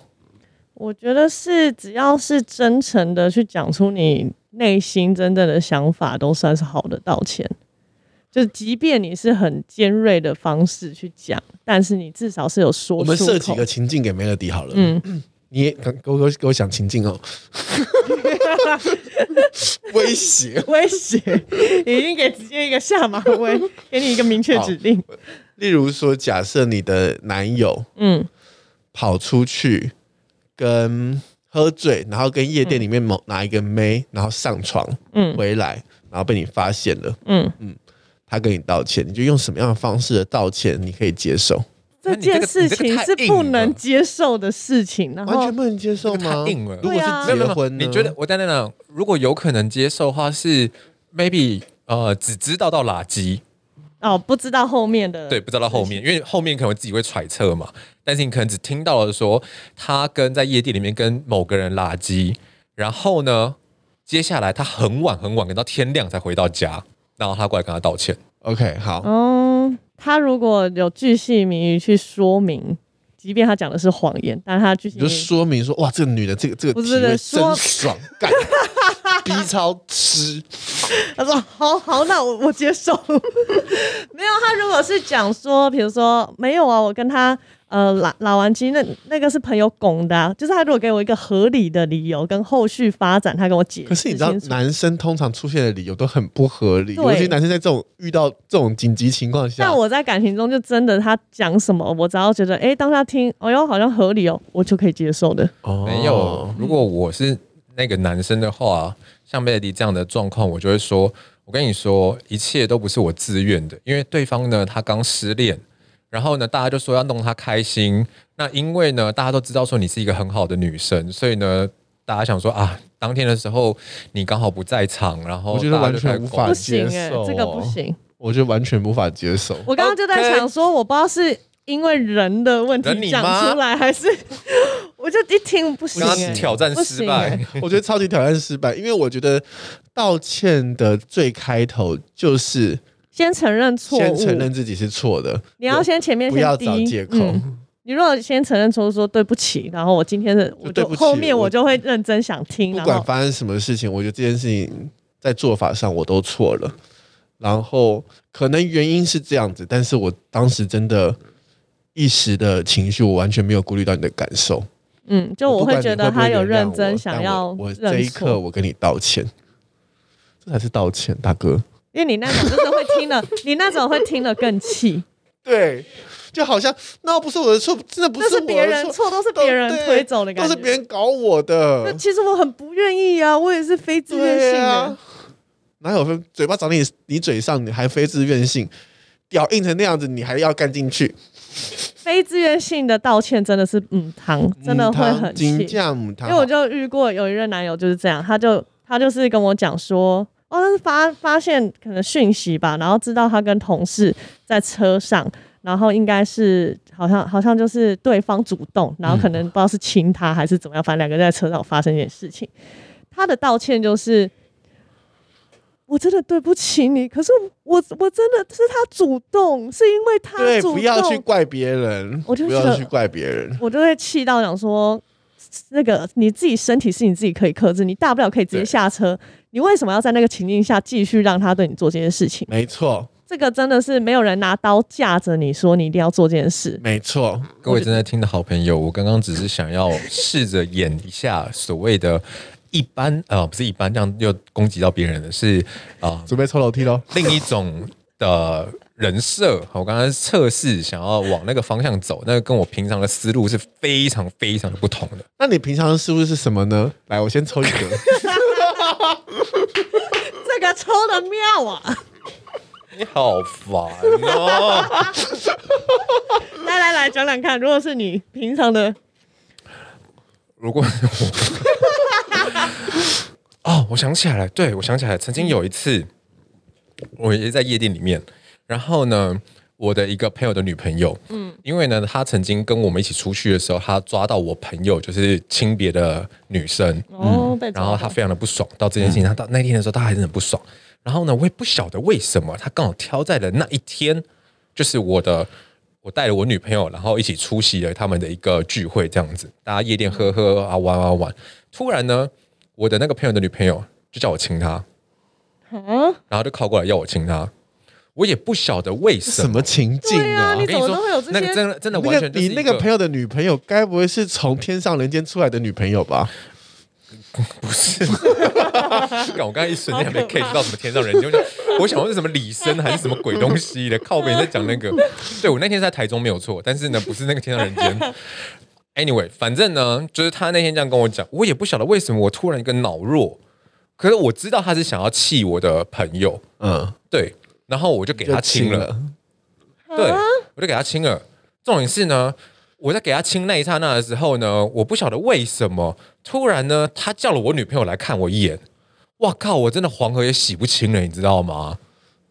我觉得是只要是真诚的去讲出你内心真正的想法，都算是好的道歉。就即便你是很尖锐的方式去讲，但是你至少是有说
我们
出
设
口
几个情境给 Melody 好了。
嗯，
你也给我给我给我想 情境哦，威胁。
威胁，已经给直接一个下马威，给你一个明确指令。
例如说，假设你的男友
嗯，
跑出去跟喝醉，然后跟夜店里面某哪一个妹，然后上床，
嗯
回来，然后被你发现了，
嗯
嗯，他跟你道歉，你就用什么样的方式的道歉，你可以接受？
那
这
你这个
件事情是不能接受的事情，然
完
后
全不能接受
这个
吗？
太硬了
如果
对啊
是
没有没
结
有没有，
婚呢，
你觉得我在那讲，如果有可能接受的话，是 maybe 呃只知道到垃圾，
哦，不知道后面的
对，不知道到后面，因为后面可能自己会揣测嘛。但是你可能只听到了说他跟在夜店里面跟某个人拉鸡，然后呢，接下来他很晚很晚，等到天亮才回到家，然后他过来跟他道歉。
OK 好？
哦，他如果有巨细靡遗去说明，即便他讲的是谎言，但他巨细
你就
靡遗
说明说，哇，这个女的，这个这个
不
体
是
位
说
真爽，干，逼超 吃，
他说好好，那我我接受。 没有，他如果是讲说，比如说没有啊，我跟他呃拉拉完机，那那个是朋友拱的、啊，就是他如果给我一个合理的理由跟后续发展，他跟我解释。
可是你知道，男生通常出现的理由都很不合理，
对
尤其男生在这种遇到这种紧急情况下
但，我在感情中就真的他讲什么，我只要觉得哎、诶当他听，哎呦好像合理哦，我就可以接受的。
哦
没有，如果我是那个男生的话，像 Melody 这样的状况，我就会说，我跟你说，一切都不是我自愿的，因为对方呢，他刚失恋。然后呢，大家就说要弄他开心。那因为呢，大家都知道说你是一个很好的女生，所以呢，大家想说啊，当天的时候你刚好不在场，然后
我觉得
大家
完
就开
全
始
无
拱
法
不行
接
哎、
受，
这个不，行。
我觉得完全无法接受。
我刚刚就在想说，我不知道是因为人的问
人你
题讲
妈
出来，还是我就一听不行、
刚
欸
刚。挑战
不
失
行
败
欸，
我觉得超级挑战失败，因为我觉得道歉的最开头就是
先承认错
先
误，
承认自己是错的，
你要先前面
不
先
要
低
找借口。
嗯你如果先承认错，说对不起，然后我今天的我
对
就
不起
后面
我
我就会认真想听，
不
然
管
后
发生什么事情，我觉得这件事情在做法上我都错了。然后可能原因是这样子，但是我当时真的一时的情绪，我完全没有顾虑到你的感受。
嗯，就
不
会
管你
觉
会
得
不会
他有
原谅
认真
我
想
但
要
我我这
认
一刻
错，
我跟你道歉。这才是道歉，大哥。
因为你那种就是会听 了，你那种会听了更气，
对，就好像那不是我的错，真的不
那
是
是
我
别人
的错，
错，都是
都
别人
对
推走的感
都
觉。
是别人搞我
那
的。
其实我很不愿意啊，我也是非自愿性
对
的。
啊，哪有分嘴巴长你你嘴上，你还非自愿性，屌硬成那样子，你还要干进去？
非自愿性的道歉真的是嗯糖，真的会很气。
嗯金价母汤，
因为我就遇过有一任男友就是这样，他就他就是跟我讲说，哦，他是发发现可能讯息吧，然后知道他跟同事在车上，然后应该是好像好像就是对方主动，然后可能不知道是亲他还是怎么样，反正两个人在车上发生一点事情，他的道歉就是。我真的对不起你，可是我我真的是他主动，是因为他
对，
主动，
不要去怪别人，
我就
不
觉
要
得
去怪别人。
我就会气到想说，那个你自己身体是你自己可以克制，你大不了可以直接
对
下车，你为什么要在那个情境下继续让他对你做这件事情？
没错，
这个真的是没有人拿刀架着你说你一定要做这件事。
没错，
各位正在听的好朋友，我刚刚只是想要试着演一下所谓的一般，呃，不是一般，这样又攻击到别人了，是啊、呃
准备抽楼梯喽。
另一种的人设。好我刚刚测试想要往那个方向走，那个跟我平常的思路是非常非常的不同的。
那你平常思路是什么呢？来，我先抽一格。
这个抽的妙啊！
你好烦哦！
来来来，讲讲看，如果是你平常的，
如果我 哦，我想起来了，对我想起来了，曾经有一次，我也在夜店里面，然后呢，我的一个朋友的女朋友，嗯，因为呢，她曾经跟我们一起出去的时候，她抓到我朋友就是亲别的女生，
哦，被
然后他非常的不爽到这件事情，他到那天的时候他还是很不爽。然后呢，我也不晓得为什么他刚好挑在了那一天，就是我的我带了我女朋友，然后一起出席了他们的一个聚会，这样子，大家夜店喝喝啊玩玩玩。突然呢，我的那个朋友的女朋友就叫我亲她，
啊，
然后就靠过来要我亲她，我也不晓得为什
什
么。
么情境
对啊
啊？
我
你
跟你
怎么都会有
说
这，些
那个真的真的
那
完
个
全就
你
是
那个朋
友
友的女朋友，该不会是从天上人间出来的女朋友吧？
不是， 干我刚才一瞬间还没 catch 到什么天上人间，我想我想问是什么李生还是什么鬼东西的，靠北在讲那个。对我那天是在台中没有错，但是呢不是那个天上人间。Anyway，反正呢就是他那天这样跟我讲，我也不晓得为什么我突然一个脑弱，可是我知道他是想要气我的朋友，
嗯，
对，然后我就给他亲了。对，
啊
啊
我就给他亲了。重点是呢，我在给他亲那一刹那的时候呢，我不晓得为什么，突然呢，他叫了我女朋友来看我一眼。哇靠！我真的黄河也洗不清了，你知道吗？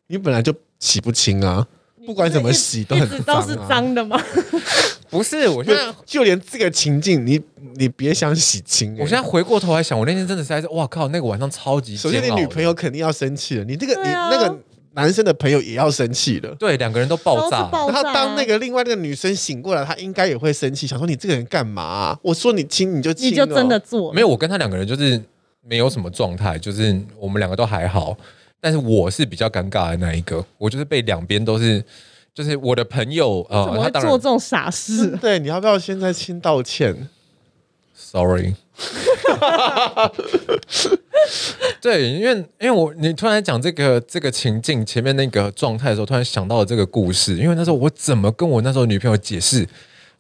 你本来就洗不清啊，不管怎么洗都
一
很
直
脏
都是
啊。
脏的吗？
不是，我现在
就就连这个情境，你你别想洗清、欸。
我现在回过头来想，我那天真的是在是，哇靠，那个晚上超级
首先
煎
你
熬
女
的
朋友肯定要生气了，你这个、
对
你
啊
那个男生的朋友也要生气了。
对两个人都爆
都
炸，
是爆
然后
炸啊
当那个另外那个女生醒过来，她应该也会生气，想说你这个人干嘛啊、我说你亲你就亲、哦，
你就真的做
没有，我跟他两个人就是没有什么状态，就是我们两个都还好，但是我是比较尴尬的那一个，我就是被两边都是，就是我的朋友
啊
怎
呃，
么
他
会
当
做
然
这种傻事？
对，你要不要现在亲道歉？
sorry。对，因为因为我你突然讲这个这个情境前面那个状态的时候，突然想到了这个故事，因为那时候我怎么跟我那时候女朋友解释，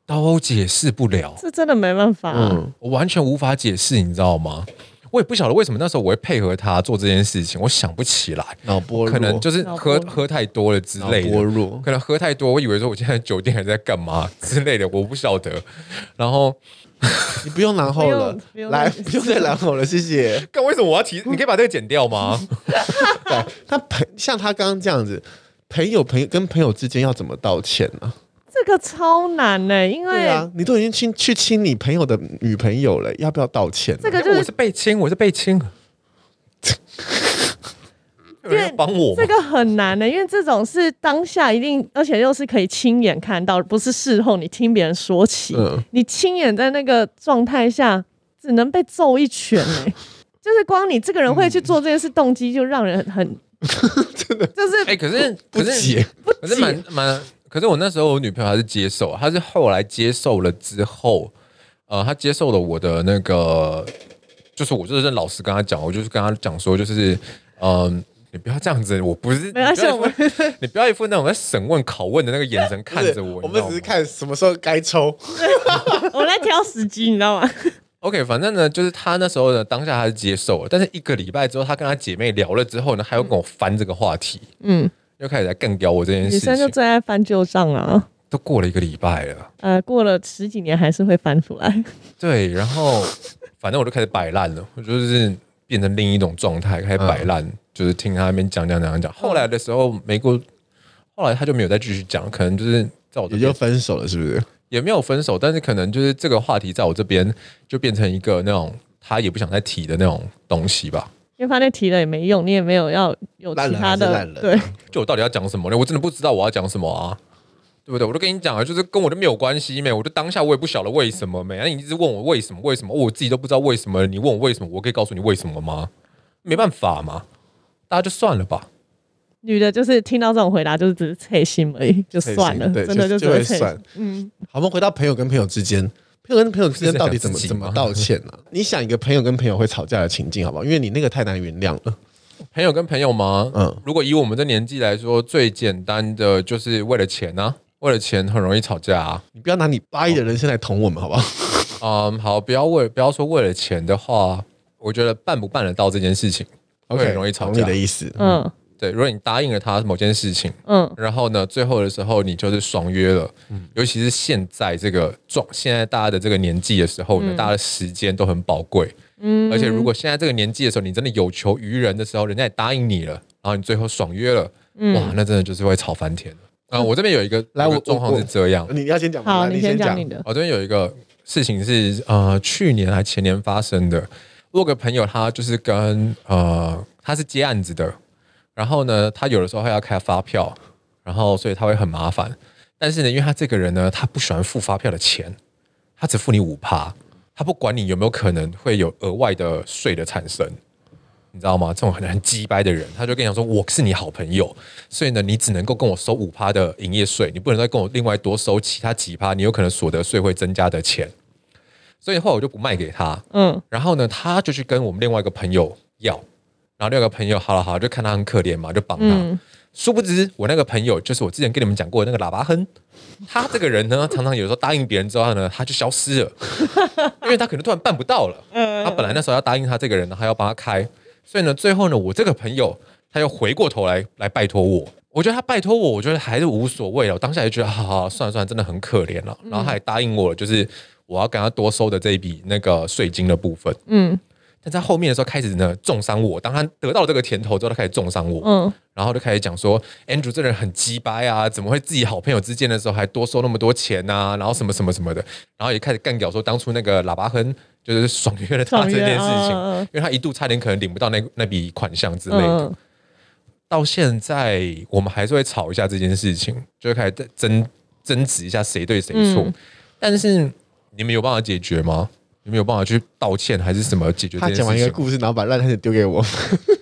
都解释不了，
这真的没办法、啊。
嗯，
我完全无法解释，你知道吗？我也不晓得为什么那时候我会配合她做这件事情，我想不起来。
脑波弱
可能就是
脑
喝
波
喝太多了之类
脑波
的
弱，
可能喝太多，我以为说我现在酒店还在干嘛之类的，我不晓得。然后，
你不用然后
不
了
用不，用
来
再
不用再然后了，谢 谢。
干为什么我要提？你可以把这个剪掉吗？
对，那朋像他刚刚这样子，朋友朋友跟朋友之间要怎么道歉呢、
这个超难呢、因
对
为
啊，你都已经亲去亲你朋友的女朋友了，要不要道歉、啊
这个
因为
就
我是被亲，我是被亲。 有人要帮我吗
这？个很难欸的、因为这种是当下一定，而且又是可以亲眼看到，不是事后你听别人说起，
嗯
你亲眼在那个状态下，只能被揍一拳呢、 就是光你这个人会去做这件事，动机就让人 很真的，就是
哎、可是
不
可是
解，
可是蛮蛮，可是我那时候我女朋友还是接受，她是后来接受了之后，呃，她接受了我的那个，就是我就是老实跟她讲，我就是跟她讲说，就是嗯，你不要这样子，我不是，
没关系
你不要一副
我们
你不要一副那种在审问、拷问的那个眼神 看着我，
我
你知
们
道
只是
吗
看什么时候该抽。
哎我在挑时机，你知 道吗？
OK，反正呢，就是他那时候呢，当下他是接受了，但是一个礼拜之后，他跟他姐妹聊了之后呢，他又跟我翻这个话题，
嗯，
又开始来干掉我这件
女
事
生就
情。
最爱翻旧账了啊。
都过了一个礼拜了，
呃，过了十几年还是会翻出来。
对，然后反正我就开始摆烂了，我就是变成另一种状态，开始摆烂，就是听他那边讲讲讲讲讲。后来的时候，没过，后来他就没有再继续讲，可能就是在我这
也
边
就分手了，是不是？
也没有分手，但是可能就是这个话题在我这边就变成一个那种他也不想再提的那种东西吧。
因为发现提了也没用，你也没有要有
烂
其
人
他
还是
的
烂，人
对，
就我到底要讲什么呢？我真的不知道我要讲什么啊，对不对？我都跟你讲了，就是跟我都没有关系没，我就当下我也不晓得为什么没，啊那你一直问我为什么为什么，哦我自己都不知道为什么，你问我为什么，我可以告诉你为什么吗？没办法嘛，大家就算了吧。
女的就是听到这种回答，就是只是脆心而已，就算了，
对，
真的
就
只
就是会
脆
算
心。。嗯，
好，我们回到朋友跟朋友之间，朋友跟朋友之间到底怎么
是在讲自己
怎么
吗
道歉啊呢、 你想一个朋友跟朋友会吵架的情境，好不好？因为你那个太难原谅了。
朋友跟朋友吗？
嗯
嗯，如果以我们这年纪来说，最简单的就是为了钱啊，为了钱很容易吵架啊。
你不要拿你八亿的人生来捅我们，好不好？
嗯，好，不要为不要说为了钱的话，我觉得办不办得到这件事情会很容易吵
懂
架
你的。意思。
嗯
对，如果你答应了他某件事情，
嗯，
然后呢，最后的时候你就是爽约了，
嗯
尤其是现在这个状，现在大家的这个年纪的时
嗯
候呢，大家的时间都很宝贵，嗯，而且如果现在这个年纪的时候，你真的有求于人的时候，人家也答应你了，然后你最后爽约了，哇，那真的就是会吵翻天啊、我这边有一个
嗯来
有一
我
个状况是这样，
你要先讲吗，
好，
来
你
先
先
讲
讲你。的，
哦我这边有一个事情是呃，去年还前年发生的。我有个朋友，他就是跟呃，他是接案子的，然后呢，他有的时候还要开发票，然后所以他会很麻烦。但是呢，因为他这个人呢，他不喜欢付发票的钱，他只付你五趴，他不管你有没有可能会有额外的税的产生，你知道吗？这种很很鸡掰的人，他就跟你讲说，我是你好朋友，所以呢，你只能够跟我收五趴的营业税，你不能再跟我另外多收其他几趴，你有可能所得税会增加的钱。所以后来我就不卖给他，
嗯
然后呢，他就去跟我们另外一个朋友要，然后另外一个朋友好了好了，就看他很可怜嘛，就帮他。
嗯
殊不知，我那个朋友就是我之前跟你们讲过的那个喇叭哼，他这个人呢，常常有时候答应别人之后呢，他就消失了，因为他可能突然办不到了。
嗯
他本来那时候要答应他这个人，然后要帮他开，所以呢，最后呢，我这个朋友他又回过头来来拜托我。我觉得他拜托我，我觉得还是无所谓了。我当下就觉得，好好好算了算了，真的很可怜了。然后他还答应我了，就是我要跟他多收的这一笔那个税金的部分。
嗯
但在后面的时候开始呢重伤我，当他得到这个甜头之后，他开始重伤我。
嗯
然后就开始讲说，Andrew 这人很鸡掰啊，怎么会自己好朋友之间的时候还多收那么多钱呐、然后什么什么什么的，然后也开始干掉说当初那个喇叭哼就是爽约 了他
爽
这
约
件事情，
嗯嗯嗯
因为他一度差点可能领不到那那笔款项之类的。
嗯，
到现在我们还是会吵一下这件事情，就会开始争争执一下谁对谁错。
嗯
但是你们有办法解决吗？你们有办法去道歉还是什么解决这
他
件事
讲
情吗？
完一个故事，然后把烂摊子丢给我。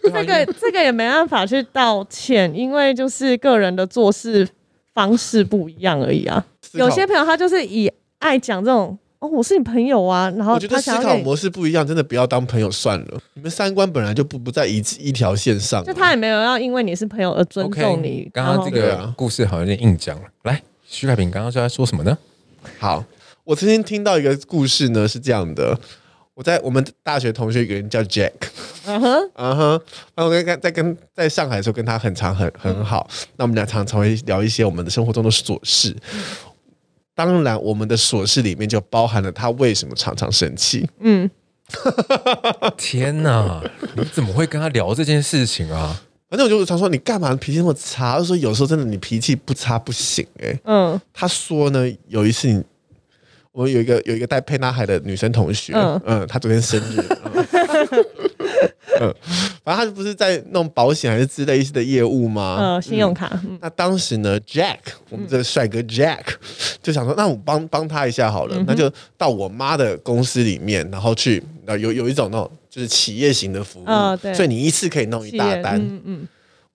这个这个也没办法去道歉，因为就是个人的做事方式不一样而已啊。有些朋友他就是以爱讲这种。哦，我是你朋友啊，然后
我觉得
他
思
想要
考
跟你
模式不一样，真的不要当朋友算了。你们三观本来就不不在一一条线上啊。
就他也没有要因为你是朋友而尊
OK，
重你。
刚
然
刚
后
这
对
个
啊
故事好像有点硬讲了。来，徐凯平刚刚是在说什么呢？
好，我曾经听到一个故事呢，是这样的：我在我们大学同学有个人叫 Jack，
嗯哼，
嗯哼，然后我跟在跟在上海的时候跟他很常很很好，那我们俩常常会聊一些我们的生活中的琐事。当然，我们的琐事里面就包含了他为什么常常生气。
嗯，
天哪，你怎么会跟他聊这件事情啊？
反正我就常说你干嘛脾气那么差？他就说有时候真的你脾气不差不行哎、欸
嗯
他说呢，有一次你，我有一个有一个带沛纳海的女生同学，
嗯
嗯她昨天生日，嗯， 嗯反正她不是在弄保险还是之类的业务吗？
呃，信用卡，嗯
那当时呢，Jack，我们这个帅哥 Jack 就想说，那我帮帮他一下好
嗯
了，那就到我妈的公司里面，然后去呃有有一种那种就是企业型的服务，
啊对
所以你一次可以弄一大单，
嗯嗯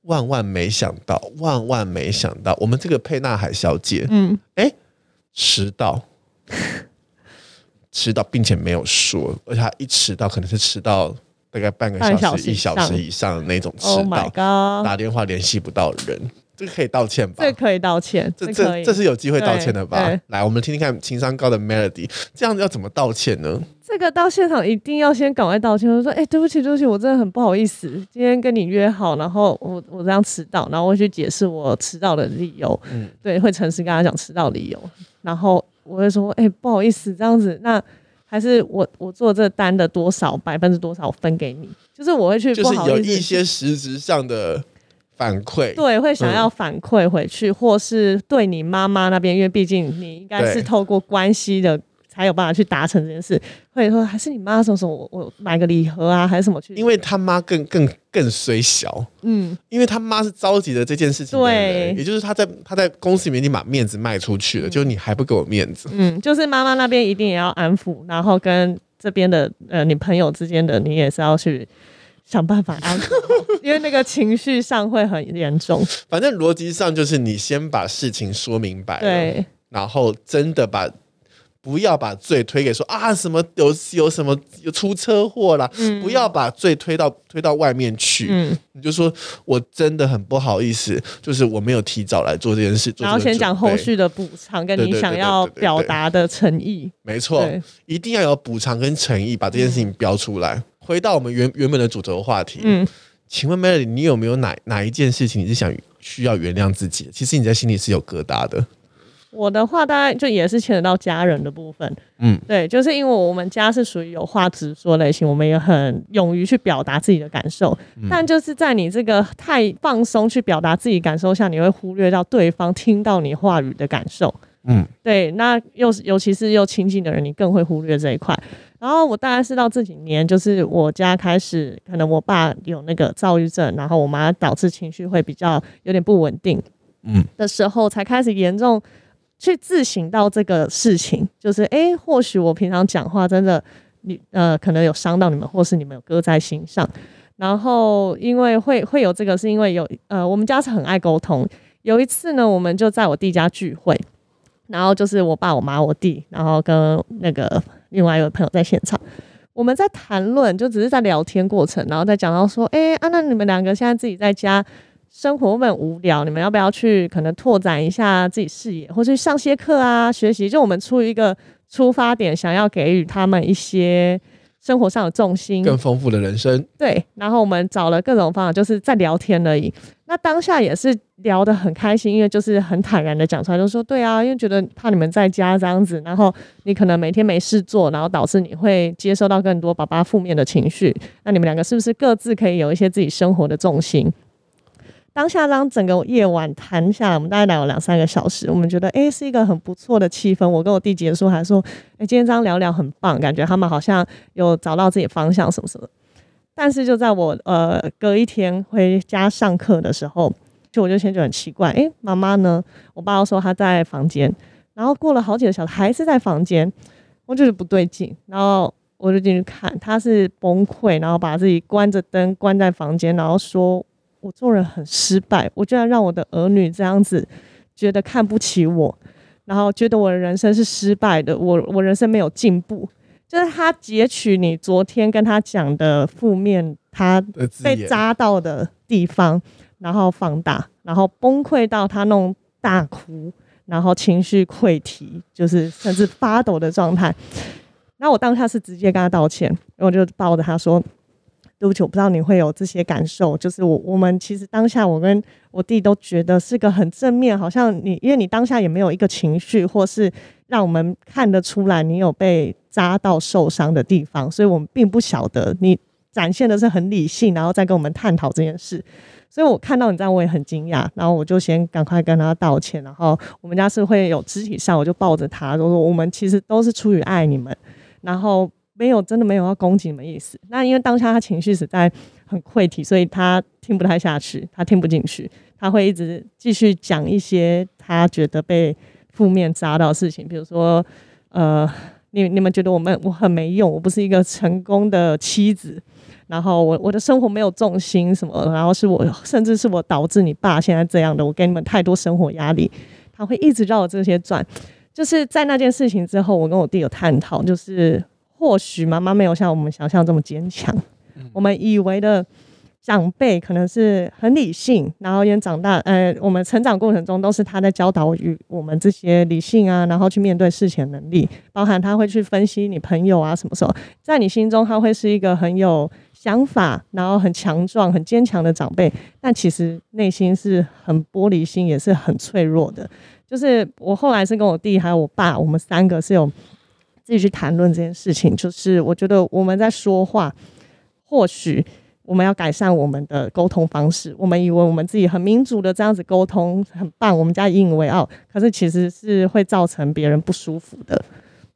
万万没想到，万万没想到，我们这个沛纳海小姐，
嗯，
哎，迟到， 迟到，并且没有说，而且她一迟到可能是迟到大概半个
半小
小时、
时
一
以
小
上
时以上的那种迟
Oh
到
my，god！
打电话联系不到人，这个可以道歉吧
这？可以道歉，
这
可
这
以。
这是有机会道歉的
对
吧
对？
来，我们听听看情商高的 Melody，这样子要怎么道歉呢？
这个到现场一定要先赶快道歉，我说：“哎、对不起，对不起，我真的很不好意思，今天跟你约好，然后我我这样迟到，然后我去解释我迟到的理由，
嗯
对，会诚实跟他讲迟到理由，然后我会说：哎、不好意思，这样子，那还是我我做这单的多少百分之多少分给你，就是我会去
就
不
是
好
有
意思
一些实质上的反馈，
对，会想
嗯
要反馈回去，或是对你妈妈那边，因为毕竟你应该
对
是透过关系的才有办法去达成这件事。会说还是你妈什么什么，我我买个礼盒啊，还是什么去？
因为他妈更更更虽小，
嗯，
因为他妈是着急的这件事情的人，
对
也就是他在他在公司里面已经把面子卖出去了，就你还不给我面子，
嗯，就是妈妈那边一定也要安抚，然后跟这边的呃你朋友之间的，你也是要去想办法 安抚，因为那个情绪上会很严重。
反正逻辑上就是你先把事情说明白了，
对，
然后真的把。不要把罪推给说啊什么有有什么有出车祸啦，不要把罪推到推到外面去，
嗯，
你就说我真的很不好意思，就是我没有提早来做这件事。做
然后
这个
先讲
准
后
备
续的补偿，跟
对
你
对
想
对对
要
对对
表
对
达的诚意。
没错
对，
一定要有补偿跟诚意，把这件事情标出来。回到我们原原本的主轴话题，
嗯，
请问 Melody，你有没有哪哪一件事情你是想需要原谅自己的？其实你在心里是有疙瘩的，
我的话大概就也是牵扯到家人的部分，
嗯，
对，就是因为我们家是属于有话直说类型，我们也很勇于去表达自己的感受，
嗯
但就是在你这个太放松去表达自己感受下，你会忽略到对方听到你话语的感受，
嗯，
对，那又是尤其是又亲近的人，你更会忽略这一块。然后我大概是到这几年，就是我家开始，可能我爸有那个躁郁症，然后我妈导致情绪会比较有点不稳定，
嗯，
的时候才开始严重去自省到这个事情，就是诶，或许我平常讲话真的你呃可能有伤到你们，或是你们有搁在心上。然后因为会会有这个，是因为有呃我们家是很爱沟通。有一次呢，我们就在我弟家聚会，然后就是我爸、我妈、我弟，然后跟那个另外一位朋友在现场。我们在谈论，就只是在聊天过程，然后再讲到说，诶，啊，那你们两个现在自己在家生活会不会很无聊？你们要不要去可能拓展一下自己视野，或去上些课啊，学习？就我们出于一个出发点，想要给予他们一些生活上的重心，
更丰富的人生。
对，然后我们找了各种方法，就是在聊天而已。那当下也是聊得很开心，因为就是很坦然的讲出来，就说对啊，因为觉得怕你们在家这样子，然后你可能每天没事做，然后导致你会接收到更多爸爸负面的情绪。那你们两个是不是各自可以有一些自己生活的重心？当下当整个夜晚谈下来，我们大概聊了两三个小时，我们觉得诶是一个很不错的气氛。我跟我弟结束还说，诶今天这样聊聊很棒，感觉他们好像有找到自己方向什么什么。但是就在我呃隔一天回家上课的时候，就我就先觉得很奇怪，诶，妈妈呢？我爸又说她在房间，然后过了好几个小时还是在房间，我觉得不对劲，然后我就进去看，她是崩溃，然后把自己关着灯关在房间，然后说我做人很失败，我居然让我的儿女这样子觉得看不起我，然后觉得我的人生是失败的，我我人生没有进步。就是他截取你昨天跟他讲的负面，他
的字
被
眼
扎到的地方，然后放大，然后崩溃到他那种大哭，然后情绪溃堤，就是甚至发抖的状态。那我当下是直接跟他道歉，然后我就抱着他说：“对不起，我不知道你会有这些感受。就是我我们其实当下，我跟我弟都觉得是个很正面，好像你因为你当下也没有一个情绪，或是让我们看得出来你有被扎到受伤的地方，所以我们并不晓得你展现的是很理性，然后再跟我们探讨这件事。所以我看到你这样，我也很惊讶，然后我就先赶快跟他道歉，然后我们家是会有肢体上，我就抱着他，就说我们其实都是出于爱你们，然后没有真的没有要攻击你们意思。那因为当下他情绪实在很溃体，所以他听不太下去，他听不进去，他会一直继续讲一些他觉得被负面扎到的事情，比如说呃，你你们觉得我们我很没用，我不是一个成功的妻子，然后我我的生活没有重心什么，然后是我甚至是我导致你爸现在这样的，我给你们太多生活压力，他会一直绕着这些转。就是在那件事情之后，我跟我弟有探讨，就是或许妈妈没有像我们想象这么坚强，我们以为的长辈可能是很理性，然后也长大，呃，我们成长过程中都是他在教导与我们这些理性啊，然后去面对事情的能力，包含他会去分析你朋友啊什么时候，在你心中他会是一个很有想法，然后很强壮、很坚强的长辈，但其实内心是很玻璃心，也是很脆弱的。就是我后来是跟我弟还有我爸，我们三个是有自己去谈论这件事情。就是我觉得我们在说话，或许我们要改善我们的沟通方式。我们以为我们自己很民主的这样子沟通很棒，我们家引以为傲，可是其实是会造成别人不舒服的。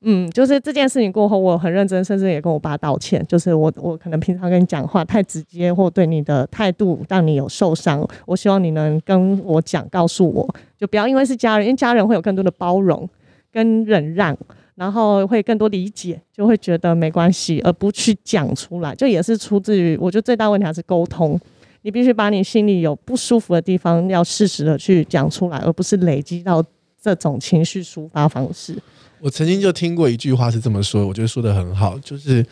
嗯，就是这件事情过后，我很认真，甚至也跟我爸道歉。就是我，我可能平常跟你讲话太直接，或对你的态度让你有受伤。我希望你能跟我讲，告诉我，就不要因为是家人，因为家人会有更多的包容跟忍让，然后会更多理解，就会觉得没关系，而不去讲出来。这也是出自于，我觉得最大问题还是沟通。你必须把你心里有不舒服的地方，要适时的去讲出来，而不是累积到这种情绪抒发方式。
我曾经就听过一句话是这么说，我觉得说的很好，就是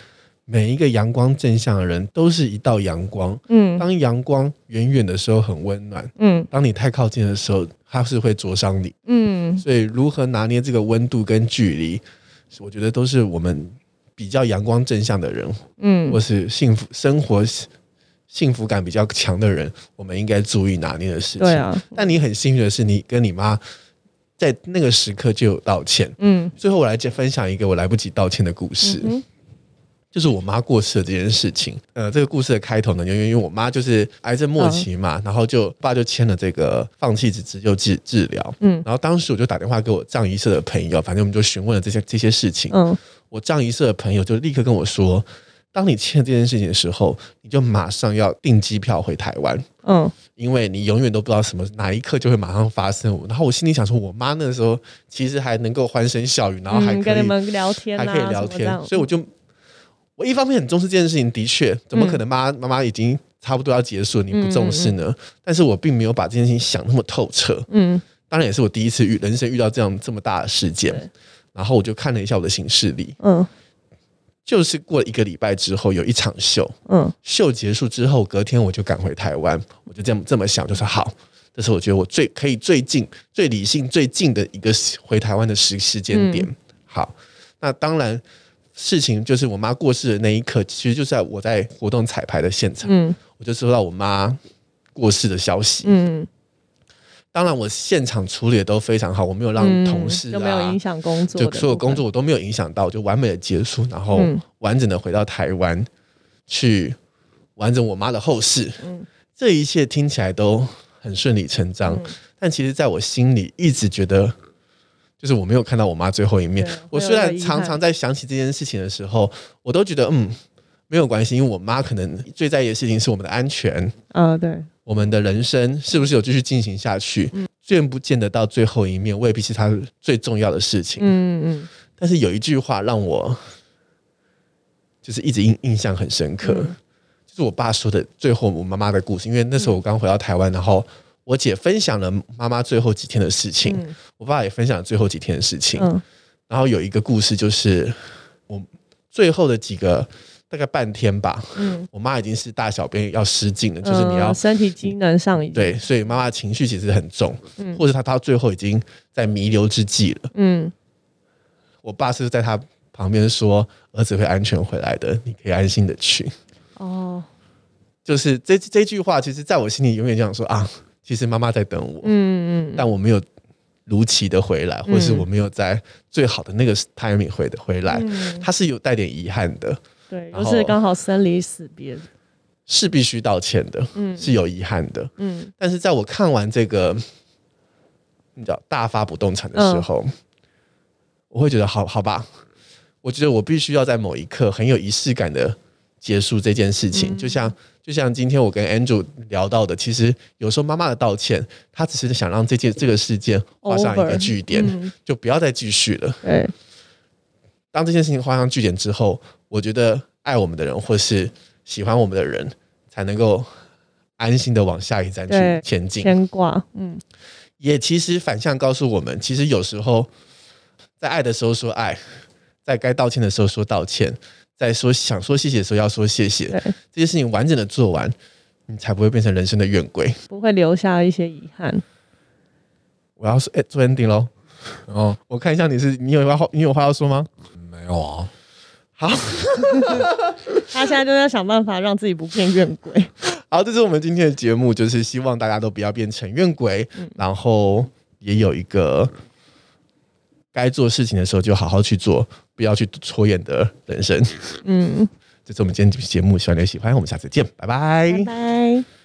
每一个阳光正向的人都是一道阳光。
嗯
当阳光远远的时候很温暖，
嗯。
当你太靠近的时候，它是会灼伤你。
嗯
所以如何拿捏这个温度跟距离，我觉得都是我们比较阳光正向的人，
嗯
或是幸福生活幸福感比较强的人，我们应该注意拿捏的事情。
对啊，
但你很幸运的是，你跟你妈在那个时刻就有道歉。
嗯
最后，我来分享一个我来不及道歉的故事，
嗯
就是我妈过世的这件事情。呃，这个故事的开头呢，因为因为我妈就是癌症末期
嗯
嘛，然后就爸就签了这个放弃只急救治治疗。
嗯
然后当时我就打电话给我藏医社的朋友，反正我们就询问了这些这些事情。
嗯
我藏医社的朋友就立刻跟我说，当你签了这件事情的时候，你就马上要订机票回台湾。
嗯
因为你永远都不知道什么哪一刻就会马上发生。然后我心里想说，我妈那个时候其实还能够欢声笑语，然后还
嗯
可
跟
以、
你们聊天啊，
还可以
什
聊
么这
天
样，
所以我就我一方面很重视这件事情，的确，怎么可能
嗯
妈妈妈已经差不多要结束了，你不重视呢？但是我并没有把这件事情想那么透彻。
嗯
当然也是我第一次遇人生遇到这样这么大的事
对
件，然后我就看了一下我的行事历，
嗯
就是过了一个礼拜之后有一场秀，
嗯
秀结束之后，隔天我就赶回台湾，我就这么这么想，就说好，这是我觉得我最可以最近、最理性、最近的一个时回台湾的时时
嗯
间点。好，那当然事情就是我妈过世的那一刻，其实就在我在活动彩排的现场，
嗯
我就收到我妈过世的消息。
嗯，
当然，我现场处理的都非常好，我没有让
嗯
同事
就
啊，
没有影响工作的部
就
分，
所有工作我都没有影响到，就完美的结束，然后
嗯
完整的回到台湾去完整我妈的后事。
嗯
这一切听起来都很顺理成章，但其实在我心里一直觉得，就是我没有看到我妈最后一面
对会。
我
有
虽
一
然
个遗
常
憾
常在想起这件事情的时候，我都觉得嗯没有关系，因为我妈可能最在意的事情是我们的安全，
呃对，
我们的人生是不是有继续进行下去。
嗯
见不见得到最后一面，未必是她最重要的事情。
嗯嗯
但是有一句话让我就是一直印印象很深刻，
嗯
就是我爸说的最后我妈妈的故事。因为那时候我刚回到台湾，然后我姐分享了妈妈最后几天的事情，
嗯
我爸也分享了最后几天的事情。
嗯
然后有一个故事就是我最后的几个大概半天吧，
嗯，
我妈已经是大小便要失禁了，就是你
呃
要
身体机能上已经，
对，所以妈妈情绪其实很重，
嗯
或者她到最后已经在弥留之际了。
嗯
我爸是在他旁边说：“儿子会安全回来的，你可以安心的去。
哦”
就是这这句话，其实在我心里永远想说啊，其实妈妈在等我，
嗯嗯
但我没有如期的回来，或是我没有在最好的那个 timing 回的回来，
嗯
他是有带点遗憾的，
对，
然
就
后
是刚好生离死别，
是必须道歉的，
嗯
是有遗憾的。
嗯
但是在我看完这个，你知道大发不动产的时
嗯
候，我会觉得好好吧，我觉得我必须要在某一刻很有仪式感的结束这件事
嗯
情，就像就像今天我跟 Andrew 聊到的，其实有时候妈妈的道歉，她只是想让这件这个事件画上一个
Over，
句点
嗯
就不要再继续了。
对，
当这件事情画上句点之后，我觉得爱我们的人或是喜欢我们的人，才能够安心的往下一站去
对
前进。
牵挂，嗯
也其实反向告诉我们，其实有时候在爱的时候说爱，在该道歉的时候说道歉，在说想说谢谢的时候要说谢谢
对，
这些事情完整的做完，你才不会变成人生的怨鬼。
不会留下一些遗憾。
我要说，哎、做 ending 喽。
哦，
我看一下你是你有话你有话要说吗？
没有啊，
好
他现在就在想办法让自己不变怨鬼。
好，这是我们今天的节目，就是希望大家都不要变成怨鬼，然后也有一个该做事情的时候就好好去做，不要去拖延的人生。
嗯，
这是我们今天的节目，希望你喜欢，我们下次见，拜拜
拜拜。